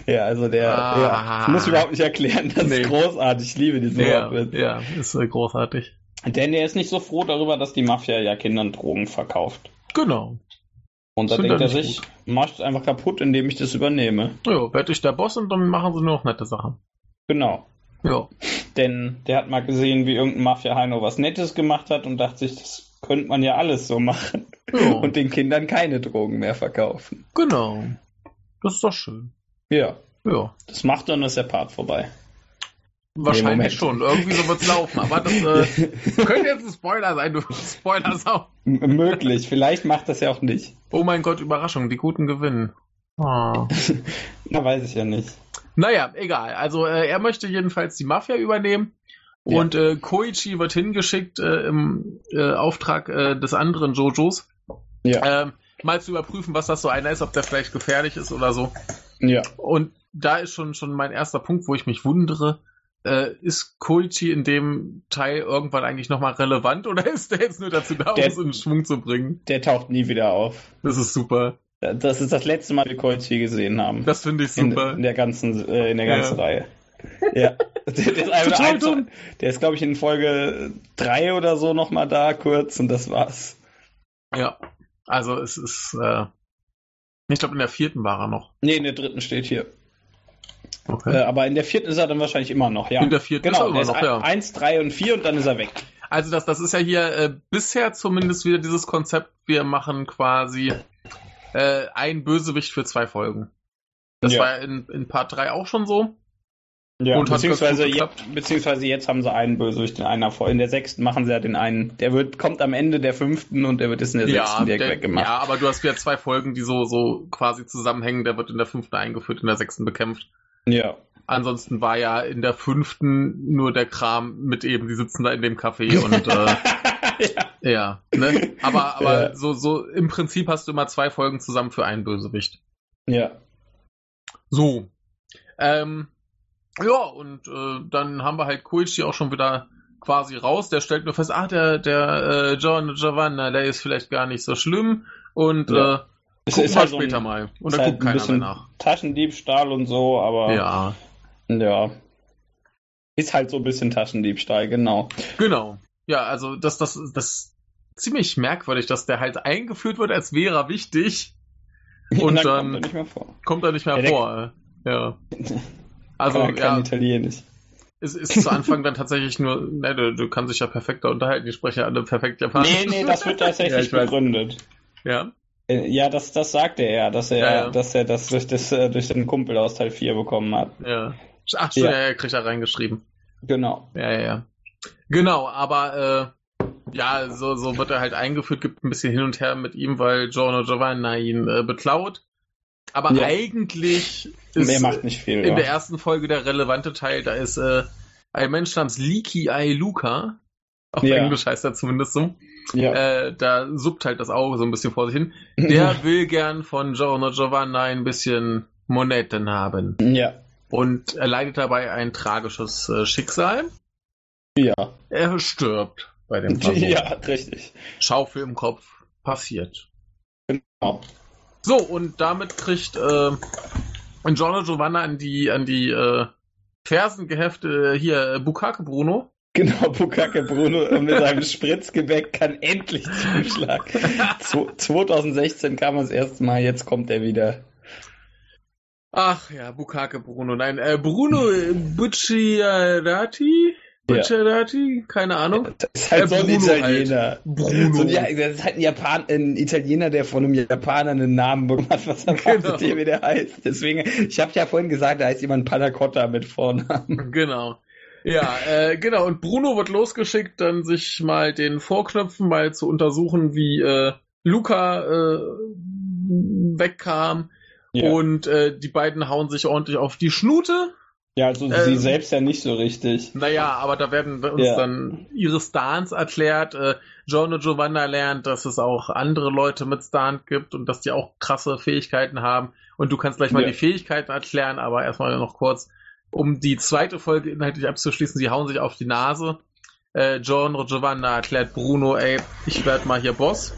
[SPEAKER 1] Ja, also der
[SPEAKER 2] Ah.
[SPEAKER 1] ja, muss überhaupt nicht erklären. Das
[SPEAKER 2] Nee.
[SPEAKER 1] ist großartig. Ich liebe diesen
[SPEAKER 2] ja,
[SPEAKER 1] Wortwitz.
[SPEAKER 2] ja ist äh, großartig.
[SPEAKER 1] Denn er ist nicht so froh darüber, dass die Mafia ja Kindern Drogen verkauft.
[SPEAKER 2] Genau.
[SPEAKER 1] Und da
[SPEAKER 2] Find
[SPEAKER 1] denkt er
[SPEAKER 2] er nicht
[SPEAKER 1] sich, mach ich das einfach kaputt, indem ich das übernehme.
[SPEAKER 2] Ja, werde ich der Boss und dann machen sie nur noch nette Sachen.
[SPEAKER 1] Genau.
[SPEAKER 2] Ja.
[SPEAKER 1] Denn der hat mal gesehen, wie irgendein Mafia-Heino was Nettes gemacht hat und dachte sich, das könnte man ja alles so machen.
[SPEAKER 2] ja
[SPEAKER 1] Und den Kindern keine Drogen mehr verkaufen.
[SPEAKER 2] genau. Das ist doch schön.
[SPEAKER 1] Ja,
[SPEAKER 2] Ja.
[SPEAKER 1] das macht er und dann ist der Part vorbei. Moment.
[SPEAKER 2] Wahrscheinlich schon. Irgendwie so wird's laufen. Aber das äh, könnte jetzt ein Spoiler sein, du Spoiler-Sau.
[SPEAKER 1] M möglich, vielleicht macht das ja auch nicht.
[SPEAKER 2] Oh mein Gott, Überraschung, die Guten gewinnen. Ah.
[SPEAKER 1] Na, weiß ich ja nicht.
[SPEAKER 2] Naja, egal. Also äh, er möchte jedenfalls die Mafia übernehmen.
[SPEAKER 1] Ja.
[SPEAKER 2] Und äh, Koichi wird hingeschickt äh, im äh, Auftrag äh, des anderen Jojos,
[SPEAKER 1] Ja,
[SPEAKER 2] ähm, mal zu überprüfen, was das so einer ist, ob der vielleicht gefährlich ist oder so.
[SPEAKER 1] ja.
[SPEAKER 2] Und da ist schon, schon mein erster Punkt, wo ich mich wundere. Äh, ist Koichi in dem Teil irgendwann eigentlich nochmal relevant oder ist der jetzt nur dazu da, um
[SPEAKER 1] Der-
[SPEAKER 2] es in Schwung zu bringen?
[SPEAKER 1] Der taucht nie wieder auf.
[SPEAKER 2] Das ist super.
[SPEAKER 1] Das ist das letzte Mal, wie wir Koichi gesehen haben.
[SPEAKER 2] Das finde ich
[SPEAKER 1] in,
[SPEAKER 2] super.
[SPEAKER 1] in der ganzen, äh, in der ganzen
[SPEAKER 2] Ja.
[SPEAKER 1] Reihe. Ja. Der, der ist, einfach
[SPEAKER 2] Total
[SPEAKER 1] eins-
[SPEAKER 2] dumm.
[SPEAKER 1] der ist glaube ich, in Folge 3 oder so nochmal da kurz und das war's.
[SPEAKER 2] Ja. Also es ist, äh, ich glaube in der vierten war er noch.
[SPEAKER 1] Nee, in der dritten steht hier. Äh,
[SPEAKER 2] Okay.
[SPEAKER 1] aber in der vierten ist er dann wahrscheinlich immer noch, ja.
[SPEAKER 2] In der vierten
[SPEAKER 1] genau,
[SPEAKER 2] ist er immer noch,
[SPEAKER 1] der
[SPEAKER 2] ja.
[SPEAKER 1] ist 1, 3 und 4 und dann ist er weg.
[SPEAKER 2] Also das, das ist ja hier äh, bisher zumindest wieder dieses Konzept, wir machen quasi äh, ein Bösewicht für zwei Folgen. Das
[SPEAKER 1] Ja.
[SPEAKER 2] war in, in Part 3 auch schon so.
[SPEAKER 1] Ja,
[SPEAKER 2] Und hat
[SPEAKER 1] beziehungsweise,
[SPEAKER 2] ganz gut
[SPEAKER 1] je, beziehungsweise jetzt haben sie einen Bösewicht in einer Folge. In der sechsten machen sie ja den einen. Der wird, kommt am Ende der fünften und der wird jetzt in der sechsten direkt
[SPEAKER 2] der-
[SPEAKER 1] weggemacht.
[SPEAKER 2] ja, aber du hast wieder zwei Folgen, die so, so quasi zusammenhängen. Der wird in der fünften eingeführt, in der sechsten bekämpft.
[SPEAKER 1] Ja.
[SPEAKER 2] Ansonsten war ja in der fünften nur der Kram mit eben, die sitzen da in dem Café und äh,
[SPEAKER 1] ja.
[SPEAKER 2] ja. Ne? Aber, aber
[SPEAKER 1] Ja.
[SPEAKER 2] so, so im Prinzip hast du immer zwei Folgen zusammen für einen Bösewicht.
[SPEAKER 1] Ja.
[SPEAKER 2] So. Ähm, ja, und äh, dann haben wir halt Koichi auch schon wieder quasi raus. Der stellt nur fest, ach, der, der äh, John Giovanna, der ist vielleicht gar nicht so schlimm. Und
[SPEAKER 1] Ja.
[SPEAKER 2] äh, gucken wir
[SPEAKER 1] so
[SPEAKER 2] später
[SPEAKER 1] ein-
[SPEAKER 2] mal. Und
[SPEAKER 1] ist
[SPEAKER 2] dann
[SPEAKER 1] halt
[SPEAKER 2] guckt
[SPEAKER 1] ein
[SPEAKER 2] keiner mehr
[SPEAKER 1] bisschen
[SPEAKER 2] nach.
[SPEAKER 1] Taschendiebstahl und so, aber
[SPEAKER 2] Ja,
[SPEAKER 1] ja. Ist halt so ein bisschen Taschendiebstahl, genau.
[SPEAKER 2] genau. Ja, also das, das, das ist ziemlich merkwürdig, dass der halt eingeführt wird, als wäre er wichtig, Und dann-
[SPEAKER 1] kommt er nicht mehr vor.
[SPEAKER 2] kommt er nicht mehr
[SPEAKER 1] Ja, der-
[SPEAKER 2] vor. Ja. Also,
[SPEAKER 1] Kann er kein
[SPEAKER 2] ja,
[SPEAKER 1] Italienisch.
[SPEAKER 2] es ist zu Anfang dann tatsächlich nur, ne, du, du kannst dich ja perfekter unterhalten, die sprechen ja alle perfekt Japanisch.
[SPEAKER 1] Nee, nee, das wird
[SPEAKER 2] Ja,
[SPEAKER 1] tatsächlich
[SPEAKER 2] ich weiß.
[SPEAKER 1] begründet.
[SPEAKER 2] Ja,
[SPEAKER 1] Äh, Ja, das, das sagte er, ja, dass er,
[SPEAKER 2] Ja, ja.
[SPEAKER 1] dass er das durch, das äh, durch den Kumpel aus Teil 4 bekommen hat.
[SPEAKER 2] ja. Ach, stimmt,
[SPEAKER 1] Ja.
[SPEAKER 2] ja, ja, kriegt er reingeschrieben.
[SPEAKER 1] Genau.
[SPEAKER 2] Ja, ja, ja. Genau, aber äh, ja, so, so wird er halt eingeführt, gibt ein bisschen hin und her mit ihm, weil Giorno Giovanna ihn äh, beklaut. Aber
[SPEAKER 1] Ja.
[SPEAKER 2] eigentlich
[SPEAKER 1] Und er
[SPEAKER 2] ist äh,
[SPEAKER 1] macht nicht viel.
[SPEAKER 2] in
[SPEAKER 1] ja.
[SPEAKER 2] der ersten Folge der relevante Teil, da ist äh, ein Mensch namens Leaky Eye Luca. Auf
[SPEAKER 1] Ja.
[SPEAKER 2] Englisch heißt er zumindest so.
[SPEAKER 1] ja.
[SPEAKER 2] Äh, da suppt halt das Auge so ein bisschen vor sich hin. äh,
[SPEAKER 1] Mhm.
[SPEAKER 2] Der will gern von Giorno Giovanna ein bisschen Monetten haben.
[SPEAKER 1] ja.
[SPEAKER 2] Und er leidet dabei ein tragisches äh, Schicksal.
[SPEAKER 1] Ja.
[SPEAKER 2] Er stirbt bei dem Versuch.
[SPEAKER 1] Ja, richtig.
[SPEAKER 2] Schaufel im Kopf passiert.
[SPEAKER 1] Genau.
[SPEAKER 2] So, und damit kriegt äh, Giorno Giovanna an die, an die äh, Fersen geheftet, äh, hier, äh, Bukake Bruno.
[SPEAKER 1] Genau, Bukake Bruno mit seinem Spritzgebäck kann endlich zuschlagen. Zwo- 2016 kam er das erste Mal, jetzt kommt er wieder.
[SPEAKER 2] Ach ja, Bukake Bruno. Nein, äh, Bruno Bucciarati? Bacciarati? Keine Ahnung.
[SPEAKER 1] Das ist halt
[SPEAKER 2] Der
[SPEAKER 1] so ein
[SPEAKER 2] Bruno
[SPEAKER 1] Italiener.
[SPEAKER 2] Bruno.
[SPEAKER 1] So ein, Ja- das ist halt ein, Japan, ein Italiener, der von einem Japaner einen Namen bekommen hat, was er
[SPEAKER 2] Genau.
[SPEAKER 1] genau. wie der heißt. Deswegen, ich habe ja vorhin gesagt, da heißt jemand Panna Cotta mit Vornamen.
[SPEAKER 2] Genau. Ja, äh, genau. Und Bruno wird losgeschickt, dann sich mal den Vorknöpfen mal zu untersuchen, wie äh, Luca äh, wegkam.
[SPEAKER 1] Ja.
[SPEAKER 2] Und äh, die beiden hauen sich ordentlich auf die Schnute.
[SPEAKER 1] Ja, also
[SPEAKER 2] Ähm.
[SPEAKER 1] sie selbst ja nicht so richtig.
[SPEAKER 2] Naja, aber da werden wir uns
[SPEAKER 1] Ja.
[SPEAKER 2] dann ihre Stans erklärt. Äh, John und Giovanna lernt, dass es auch andere Leute mit Stan gibt und dass die auch krasse Fähigkeiten haben. Und du kannst gleich mal
[SPEAKER 1] Ja.
[SPEAKER 2] die Fähigkeiten erklären, aber erstmal noch kurz, um die zweite Folge inhaltlich abzuschließen, sie hauen sich auf die Nase. Äh, John und Giovanna erklärt Bruno, ey, ich werd mal hier Boss.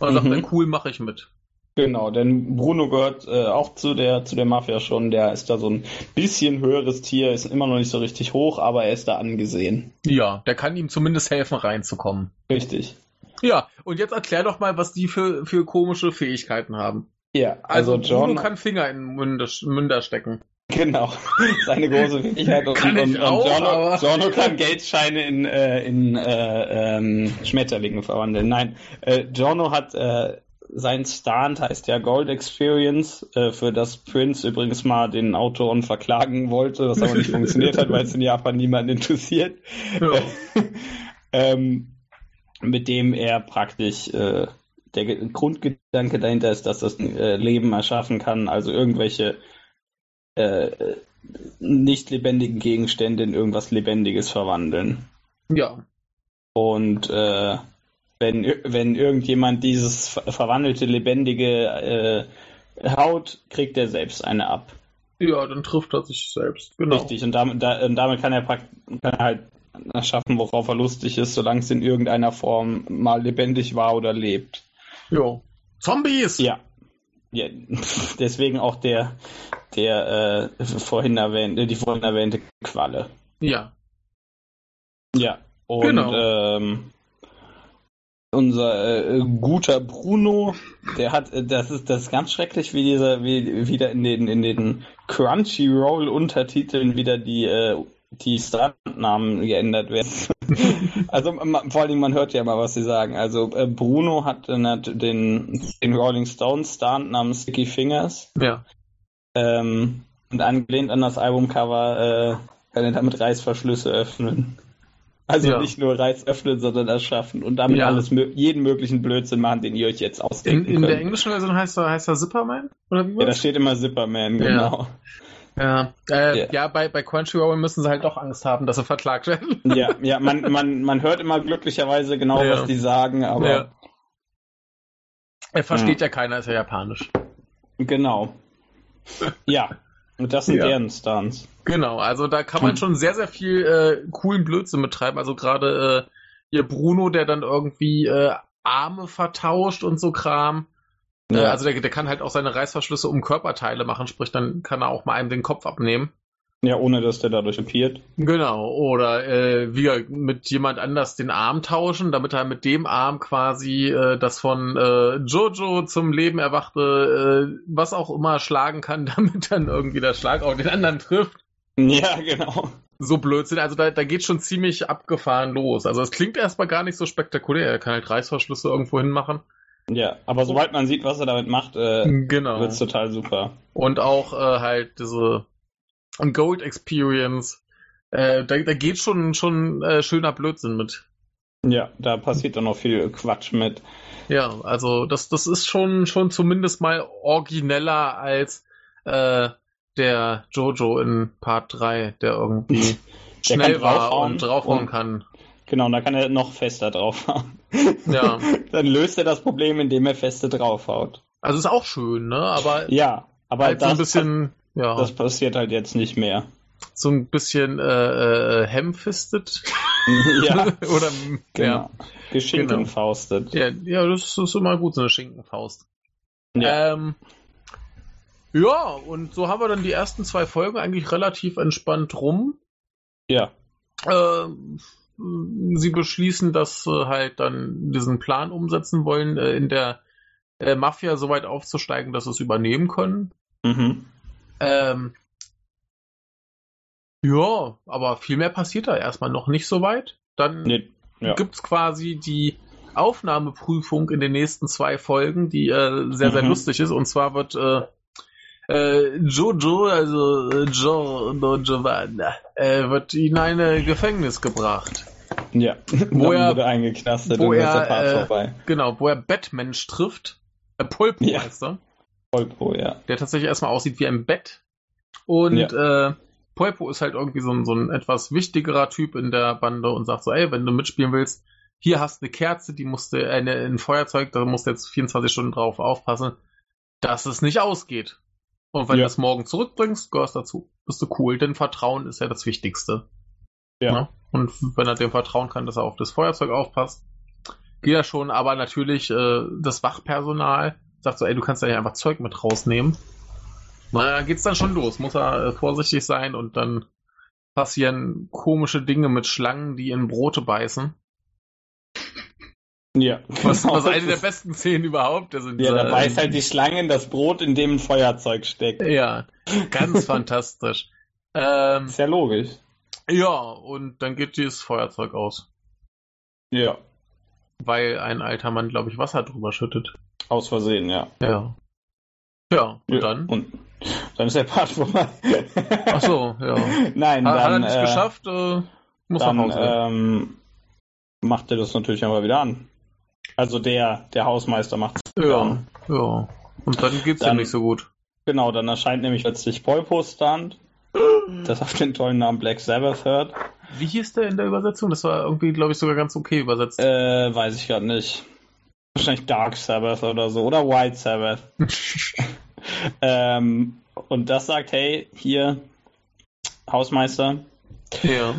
[SPEAKER 2] Und dann
[SPEAKER 1] Mhm.
[SPEAKER 2] sagt er, cool, mache ich mit.
[SPEAKER 1] Genau, denn Bruno gehört äh, auch zu der, zu der Mafia schon. Der ist da so ein bisschen höheres Tier, ist immer noch nicht so richtig hoch, aber er ist da angesehen.
[SPEAKER 2] Ja, der kann ihm zumindest helfen, reinzukommen.
[SPEAKER 1] Richtig.
[SPEAKER 2] Ja, und jetzt erklär doch mal, was die für, für komische Fähigkeiten haben.
[SPEAKER 1] Ja,
[SPEAKER 2] Also,
[SPEAKER 1] also, John.
[SPEAKER 2] Bruno kann Finger in den Münder, Münder stecken.
[SPEAKER 1] Genau, seine große Fähigkeit. Und,
[SPEAKER 2] Kann ich
[SPEAKER 1] und, und
[SPEAKER 2] auch,
[SPEAKER 1] Giorno,
[SPEAKER 2] aber-
[SPEAKER 1] Giorno kann Geldscheine in, äh, in äh, ähm, Schmetterlinge verwandeln. Nein, äh, Giorno hat äh, sein Stand, heißt ja Gold Experience, äh, für das Prince übrigens mal den Autoren verklagen wollte, was aber nicht funktioniert hat, weil es in Japan niemanden interessiert.
[SPEAKER 2] Ja.
[SPEAKER 1] ähm, mit dem er praktisch äh, der Ge Grundgedanke dahinter ist, dass das äh, Leben erschaffen kann, also irgendwelche äh, nicht lebendigen Gegenstände in irgendwas Lebendiges verwandeln.
[SPEAKER 2] ja.
[SPEAKER 1] Und äh, wenn, ir- wenn irgendjemand dieses ver verwandelte lebendige äh, haut, kriegt er selbst eine ab.
[SPEAKER 2] Ja, dann trifft er sich selbst. Genau.
[SPEAKER 1] Richtig, und damit, da, und damit kann er prakt- kann er halt erschaffen, worauf er lustig ist, solange es in irgendeiner Form mal lebendig war oder lebt.
[SPEAKER 2] Ja. Zombies!
[SPEAKER 1] Ja. ja. Deswegen auch der, der äh, vorhin erwähnte, die vorhin erwähnte Qualle.
[SPEAKER 2] Ja.
[SPEAKER 1] Ja. Und
[SPEAKER 2] Genau.
[SPEAKER 1] ähm, unser äh, guter Bruno, der hat, äh, das ist das ist ganz schrecklich, wie dieser, wie wieder in den, in den Crunchyroll-Untertiteln wieder die, äh, die Strandnamen geändert werden. also ma- vor allen Dingen, man hört ja mal, was sie sagen. Also äh, Bruno hat, dann hat den, den Rolling Stones Strand namens Sticky Fingers.
[SPEAKER 2] Ja.
[SPEAKER 1] Ähm, und angelehnt an das Albumcover äh, kann er damit Reißverschlüsse öffnen. Also
[SPEAKER 2] Ja.
[SPEAKER 1] nicht nur Reiß öffnen, sondern erschaffen und damit
[SPEAKER 2] Ja.
[SPEAKER 1] alles mö- jeden möglichen Blödsinn machen, den ihr euch jetzt
[SPEAKER 2] In,
[SPEAKER 1] ausdenken
[SPEAKER 2] in der
[SPEAKER 1] könnt.
[SPEAKER 2] englischen Version heißt er, heißt er Zipperman? Oder wie
[SPEAKER 1] ja, da
[SPEAKER 2] war's?
[SPEAKER 1] steht immer Zipperman,
[SPEAKER 2] Ja.
[SPEAKER 1] genau.
[SPEAKER 2] Ja, äh,
[SPEAKER 1] Ja.
[SPEAKER 2] ja bei, bei Crunchyroll müssen sie halt doch Angst haben, dass sie verklagt werden.
[SPEAKER 1] Ja, ja, man, man, man hört immer glücklicherweise genau,
[SPEAKER 2] Ja.
[SPEAKER 1] was die sagen, aber
[SPEAKER 2] Ja. Er versteht ja, keiner, ist ja japanisch.
[SPEAKER 1] genau. Ja, und das sind
[SPEAKER 2] Ja.
[SPEAKER 1] deren Stunts.
[SPEAKER 2] Genau, also da kann man
[SPEAKER 1] Hm.
[SPEAKER 2] schon sehr, sehr viel äh, coolen Blödsinn betreiben. Also gerade äh, hier Bruno, der dann irgendwie äh, Arme vertauscht und so Kram. Äh,
[SPEAKER 1] Ja.
[SPEAKER 2] Also der, der kann halt auch seine Reißverschlüsse um Körperteile machen, sprich, dann kann er auch mal einem den Kopf abnehmen.
[SPEAKER 1] ja, ohne dass der dadurch kopiert.
[SPEAKER 2] Genau, oder äh, wir mit jemand anders den Arm tauschen, damit er mit dem Arm quasi äh, das von äh, Jojo zum Leben erwachte, äh, was auch immer schlagen kann, damit dann irgendwie der Schlag auch den anderen trifft.
[SPEAKER 1] Ja, genau.
[SPEAKER 2] So Blödsinn, also da, da geht schon ziemlich abgefahren los. Also es klingt erstmal gar nicht so spektakulär, er kann halt Reißverschlüsse irgendwo hinmachen.
[SPEAKER 1] Ja, aber sobald man sieht, was er damit macht, äh,
[SPEAKER 2] Genau.
[SPEAKER 1] wird's total super.
[SPEAKER 2] Und auch äh, halt diese Gold Experience. Äh, da, da geht schon, schon äh, schöner Blödsinn mit.
[SPEAKER 1] Ja, da passiert dann noch viel Quatsch mit.
[SPEAKER 2] Ja, also das, das ist schon, schon zumindest mal origineller als äh, der Jojo in Part 3, der irgendwie
[SPEAKER 1] Der kann
[SPEAKER 2] schnell war
[SPEAKER 1] draufhauen
[SPEAKER 2] und draufhauen
[SPEAKER 1] und-
[SPEAKER 2] kann.
[SPEAKER 1] Genau, und da kann er noch fester draufhauen.
[SPEAKER 2] Ja.
[SPEAKER 1] Dann löst er das Problem, indem er feste draufhaut.
[SPEAKER 2] Also ist auch schön, ne? Aber
[SPEAKER 1] Ja, aber
[SPEAKER 2] halt so
[SPEAKER 1] das,
[SPEAKER 2] ein bisschen, ja,
[SPEAKER 1] das passiert halt jetzt nicht mehr.
[SPEAKER 2] so ein bisschen äh, äh, hamfisted.
[SPEAKER 1] ja,
[SPEAKER 2] Oder ja.
[SPEAKER 1] genau. Geschickt
[SPEAKER 2] Genau.
[SPEAKER 1] und faustet.
[SPEAKER 2] Ja, ja, das ist immer gut, so eine Schinkenfaust.
[SPEAKER 1] Ja.
[SPEAKER 2] Ähm, ja, und so haben wir dann die ersten zwei Folgen eigentlich relativ entspannt rum.
[SPEAKER 1] Ja,
[SPEAKER 2] Äh, sie beschließen, dass sie halt dann diesen Plan umsetzen wollen, äh, in der äh, Mafia so weit aufzusteigen, dass sie es übernehmen können.
[SPEAKER 1] mhm.
[SPEAKER 2] Ähm, Ja, aber viel mehr passiert da erstmal noch nicht so weit. Dann
[SPEAKER 1] Nee, ja.
[SPEAKER 2] gibt's quasi die Aufnahmeprüfung in den nächsten zwei Folgen, die äh, sehr, sehr
[SPEAKER 1] Mhm.
[SPEAKER 2] lustig ist. Und zwar wird äh, äh, Jojo, also äh, Giorno Giovanna, äh, wird in ein Gefängnis gebracht.
[SPEAKER 1] ja.
[SPEAKER 2] Wo
[SPEAKER 1] Dann
[SPEAKER 2] er-
[SPEAKER 1] wurde eingeknastet
[SPEAKER 2] wo
[SPEAKER 1] und ist
[SPEAKER 2] er,
[SPEAKER 1] der Part
[SPEAKER 2] äh,
[SPEAKER 1] vorbei.
[SPEAKER 2] Genau, wo er Batmensch trifft. Äh, Pulpo
[SPEAKER 1] Ja.
[SPEAKER 2] heißt er.
[SPEAKER 1] Volpo, ja.
[SPEAKER 2] der tatsächlich erstmal aussieht wie ein Bett. Und äh, Poipo ist halt irgendwie so ein, so ein etwas wichtigerer Typ in der Bande und sagt so, ey, wenn du mitspielen willst, hier hast du eine Kerze, die musste äh, eine, ein Feuerzeug, da musst du jetzt 24 Stunden drauf aufpassen, dass es nicht ausgeht. Und wenn du
[SPEAKER 1] Ja.
[SPEAKER 2] es morgen zurückbringst, gehörst dazu, bist du cool, denn Vertrauen ist ja das Wichtigste.
[SPEAKER 1] Ja.
[SPEAKER 2] Ne? Und wenn er dem vertrauen kann, dass er auf das Feuerzeug aufpasst, geht er schon, aber natürlich äh, das Wachpersonal sagt so, ey, du kannst ja hier einfach Zeug mit rausnehmen. Na, da geht's dann schon los. Muss er äh, vorsichtig sein und dann passieren komische Dinge mit Schlangen, die in Brote beißen.
[SPEAKER 1] Ja.
[SPEAKER 2] Was, was
[SPEAKER 1] Genau.
[SPEAKER 2] eine der besten Szenen überhaupt ist. in
[SPEAKER 1] Ja,
[SPEAKER 2] dieser-
[SPEAKER 1] da beißt halt die Schlange in das Brot, in dem ein Feuerzeug steckt.
[SPEAKER 2] Ja, ganz fantastisch. Ähm,
[SPEAKER 1] Ist ja logisch.
[SPEAKER 2] ja, und dann geht dieses Feuerzeug aus,
[SPEAKER 1] Ja.
[SPEAKER 2] weil ein alter Mann, glaube ich, Wasser drüber schüttet.
[SPEAKER 1] Aus Versehen, ja.
[SPEAKER 2] Ja. Ja, und
[SPEAKER 1] ja.
[SPEAKER 2] dann?
[SPEAKER 1] Und dann ist der Part vorbei.
[SPEAKER 2] Ach so, ja. Hat,
[SPEAKER 1] Nein,
[SPEAKER 2] hat er
[SPEAKER 1] dann,
[SPEAKER 2] nicht
[SPEAKER 1] äh,
[SPEAKER 2] geschafft, äh, muss er
[SPEAKER 1] dann
[SPEAKER 2] raus.
[SPEAKER 1] ähm, macht er das natürlich aber wieder an. Also der, der Hausmeister macht
[SPEAKER 2] ja, ja. Und dann geht's ihm
[SPEAKER 1] äh, Dann-
[SPEAKER 2] nicht so gut.
[SPEAKER 1] Genau, dann erscheint nämlich plötzlich Polpo-Stunt, das auf den tollen Namen Black Sabbath hört.
[SPEAKER 2] Wie hieß der in der Übersetzung? Das war irgendwie, glaube ich, sogar ganz okay übersetzt.
[SPEAKER 1] Äh, weiß ich gerade nicht. Wahrscheinlich Dark Sabbath oder so, oder White Sabbath. Ähm, und das sagt, hey, hier, Hausmeister,
[SPEAKER 2] ja.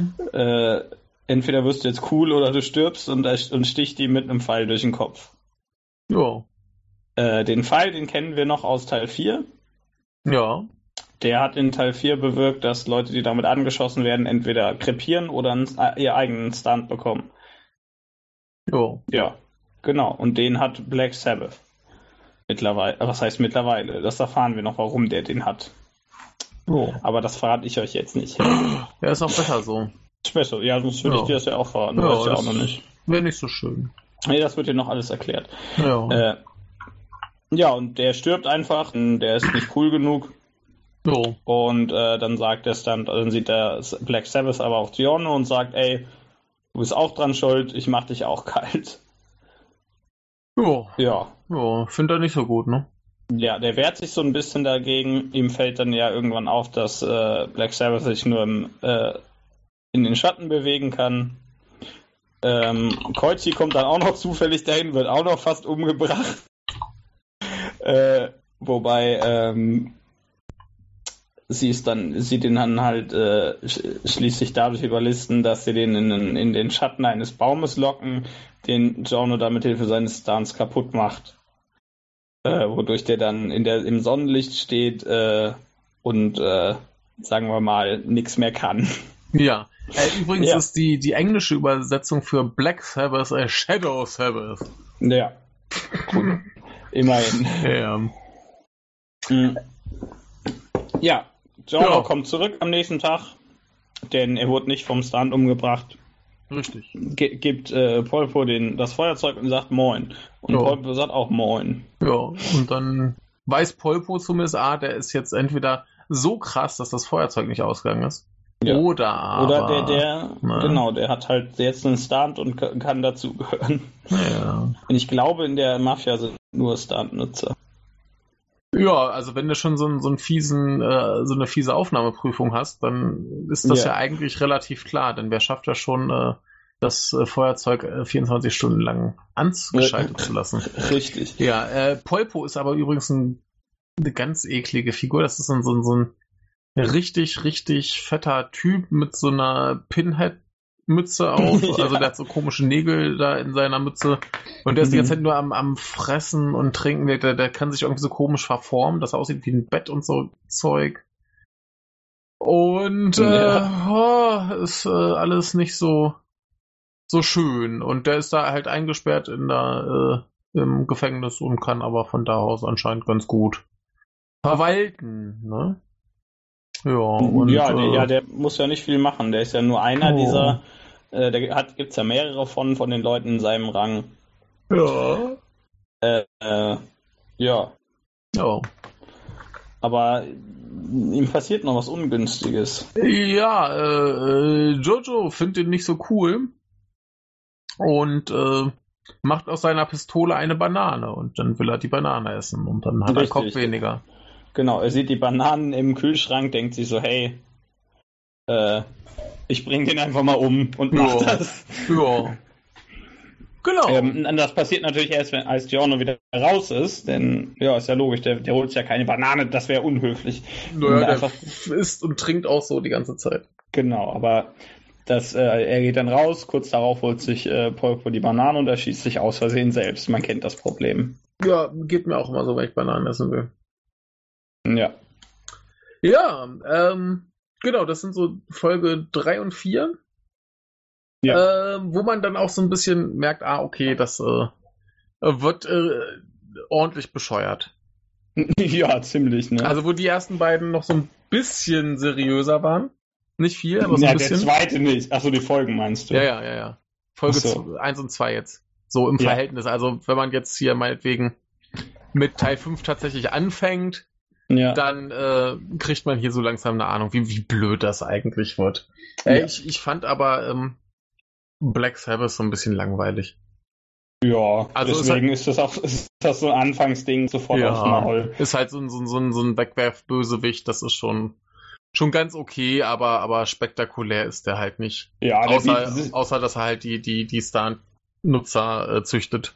[SPEAKER 1] äh, entweder wirst du jetzt cool oder du stirbst und, und sticht ihm mit einem Pfeil durch den Kopf.
[SPEAKER 2] Ja.
[SPEAKER 1] Äh, den Pfeil, den kennen wir noch aus Teil 4.
[SPEAKER 2] Ja.
[SPEAKER 1] Der hat in Teil 4 bewirkt, dass Leute, die damit angeschossen werden, entweder krepieren oder einen, äh, ihr eigenen Stunt bekommen.
[SPEAKER 2] Ja.
[SPEAKER 1] Ja, genau. Und den hat Black Sabbath. Mittlerweile, äh, was heißt mittlerweile? Das erfahren wir noch, warum der den hat.
[SPEAKER 2] ja.
[SPEAKER 1] Aber das verrate ich euch jetzt nicht.
[SPEAKER 2] Ja, ist auch besser so.
[SPEAKER 1] Special, ja, sonst würde
[SPEAKER 2] Ja.
[SPEAKER 1] ich dir das ja auch verraten.
[SPEAKER 2] Ja,
[SPEAKER 1] Ja, weiß ich
[SPEAKER 2] das-
[SPEAKER 1] auch noch nicht.
[SPEAKER 2] Wäre nicht so schön.
[SPEAKER 1] Nee, das wird dir noch alles erklärt.
[SPEAKER 2] Ja.
[SPEAKER 1] Äh, ja, und der stirbt einfach, und der ist nicht cool genug.
[SPEAKER 2] so.
[SPEAKER 1] Und äh, dann sagt der Stunt, dann sieht der Black Sabbath aber auch Giorno und sagt, ey, du bist auch dran schuld, ich mach dich auch kalt.
[SPEAKER 2] Ja.
[SPEAKER 1] Ja,
[SPEAKER 2] Ja. Finde er nicht so gut, ne?
[SPEAKER 1] Ja, der wehrt sich so ein bisschen dagegen. Ihm fällt dann ja irgendwann auf, dass äh, Black Sabbath sich nur im, äh, in den Schatten bewegen kann. Ähm, Koichi kommt dann auch noch zufällig dahin, wird auch noch fast umgebracht. Äh, wobei ähm, sie ist dann, sie den dann halt äh, sch schließlich dadurch überlisten, dass sie den in, den- in den Schatten eines Baumes locken, den Giorno dann mit Hilfe seines Stans kaputt macht äh, wodurch der dann in der, im Sonnenlicht steht äh, und äh, sagen wir mal nichts mehr kann.
[SPEAKER 2] Ja. Äh, übrigens
[SPEAKER 1] Ja.
[SPEAKER 2] ist die, die englische Übersetzung für Black Sabbath äh, Shadow Sabbath.
[SPEAKER 1] Ja, immerhin.
[SPEAKER 2] Ja.
[SPEAKER 1] Mhm. ja, Giorno
[SPEAKER 2] Ja.
[SPEAKER 1] kommt zurück am nächsten Tag, denn er wurde nicht vom Stand umgebracht.
[SPEAKER 2] Richtig.
[SPEAKER 1] Ge gibt äh, Polpo den, das Feuerzeug und sagt Moin. Und
[SPEAKER 2] Ja.
[SPEAKER 1] Polpo sagt auch Moin.
[SPEAKER 2] Ja. Und dann weiß Polpo zumindest, ah, der ist jetzt entweder so krass, dass das Feuerzeug nicht ausgegangen ist.
[SPEAKER 1] Ja.
[SPEAKER 2] Oder
[SPEAKER 1] Oder
[SPEAKER 2] aber.
[SPEAKER 1] der, der,
[SPEAKER 2] Na.
[SPEAKER 1] genau, der hat halt jetzt einen Stand und k- kann dazugehören.
[SPEAKER 2] Ja.
[SPEAKER 1] Und ich glaube, in der Mafia sind nur Stuntnutzer.
[SPEAKER 2] Ja, also wenn du schon so, einen, so einen fiesen, äh, so eine fiese Aufnahmeprüfung hast, dann ist das
[SPEAKER 1] Ja.
[SPEAKER 2] ja eigentlich relativ klar, denn wer schafft ja schon, äh, das äh, Feuerzeug äh, 24 Stunden lang angeschaltet zu lassen.
[SPEAKER 1] Richtig.
[SPEAKER 2] Ja, äh, Polpo ist aber übrigens ein, eine ganz eklige Figur. Das ist so ein, so ein, so ein richtig, richtig fetter Typ mit so einer Pinhead-Mütze auf.
[SPEAKER 1] Ja.
[SPEAKER 2] Also der hat so komische Nägel da in seiner Mütze. Und der ist die
[SPEAKER 1] Mhm.
[SPEAKER 2] ganze Zeit nur am, am Fressen und Trinken. Der, der, der kann sich irgendwie so komisch verformen, dass er aussieht wie ein Bett und so Zeug. Und äh, oh, ist äh, alles nicht so, so schön. Und der ist da halt eingesperrt in der, äh, im Gefängnis und kann aber von da aus anscheinend ganz gut verwalten. Ne? Ja, und,
[SPEAKER 1] ja, der,
[SPEAKER 2] äh,
[SPEAKER 1] ja, der muss ja nicht viel machen. Der ist ja nur einer
[SPEAKER 2] Oh.
[SPEAKER 1] dieser. Äh, da hat, gibt's ja mehrere von, von den Leuten in seinem Rang.
[SPEAKER 2] ja.
[SPEAKER 1] Äh, äh, ja,
[SPEAKER 2] Ja.
[SPEAKER 1] aber ihm passiert noch was Ungünstiges.
[SPEAKER 2] Ja, äh, äh, Jojo findet ihn nicht so cool und äh, macht aus seiner Pistole eine Banane und dann will er die Banane essen und dann hat er einen
[SPEAKER 1] Richtig.
[SPEAKER 2] Kopf weniger.
[SPEAKER 1] Genau, er sieht die Bananen im Kühlschrank, denkt sich so, hey, äh, ich bring den einfach mal um und mach
[SPEAKER 2] Ja.
[SPEAKER 1] das.
[SPEAKER 2] Ja. Genau.
[SPEAKER 1] Ähm, und das passiert natürlich erst, wenn, als Giorno wieder raus ist, denn ja, ist ja logisch, der, der holt ja keine Banane, das wäre unhöflich.
[SPEAKER 2] naja, der
[SPEAKER 1] einfach-
[SPEAKER 2] isst und trinkt auch so die ganze Zeit.
[SPEAKER 1] Genau, aber das, äh, er geht dann raus, kurz darauf holt sich äh, Polpo die Banane und er schießt sich aus Versehen selbst. Man kennt das Problem.
[SPEAKER 2] Ja, geht mir auch immer so, wenn ich Bananen essen will.
[SPEAKER 1] Ja.
[SPEAKER 2] Ja, ähm, genau, das sind so Folge 3 und 4. Ähm, wo man dann auch so ein bisschen merkt, ah, okay, das äh, wird äh, ordentlich bescheuert.
[SPEAKER 1] ja, ziemlich, ne?
[SPEAKER 2] Also wo die ersten beiden noch so ein bisschen seriöser waren. Nicht viel, aber so ein
[SPEAKER 1] ja, der
[SPEAKER 2] bisschen.
[SPEAKER 1] zweite nicht. Achso, die Folgen meinst du?
[SPEAKER 2] Ja, ja, ja, ja. Folge
[SPEAKER 1] Ach so.
[SPEAKER 2] 1 und 2 jetzt. So im
[SPEAKER 1] Ja.
[SPEAKER 2] Verhältnis. Also wenn man jetzt hier meinetwegen mit Teil 5 tatsächlich anfängt,
[SPEAKER 1] ja.
[SPEAKER 2] dann äh, kriegt man hier so langsam eine Ahnung, wie, wie blöd das eigentlich wird. Äh,
[SPEAKER 1] Ja.
[SPEAKER 2] ich, ich fand aber ähm, Black Sabbath so ein bisschen langweilig.
[SPEAKER 1] ja.
[SPEAKER 2] Also es
[SPEAKER 1] deswegen ist, das auch ist das so ein Anfangsding sofort
[SPEAKER 2] Ja.
[SPEAKER 1] aufs Maul.
[SPEAKER 2] Ist halt so ein, so ein, so ein, so ein Wegwerfbösewicht, das ist schon, schon ganz okay, aber, aber spektakulär ist der halt nicht.
[SPEAKER 1] Ja, der
[SPEAKER 2] Außer,
[SPEAKER 1] Beat-
[SPEAKER 2] außer dass er halt die, die, die Star-Nutzer äh, züchtet.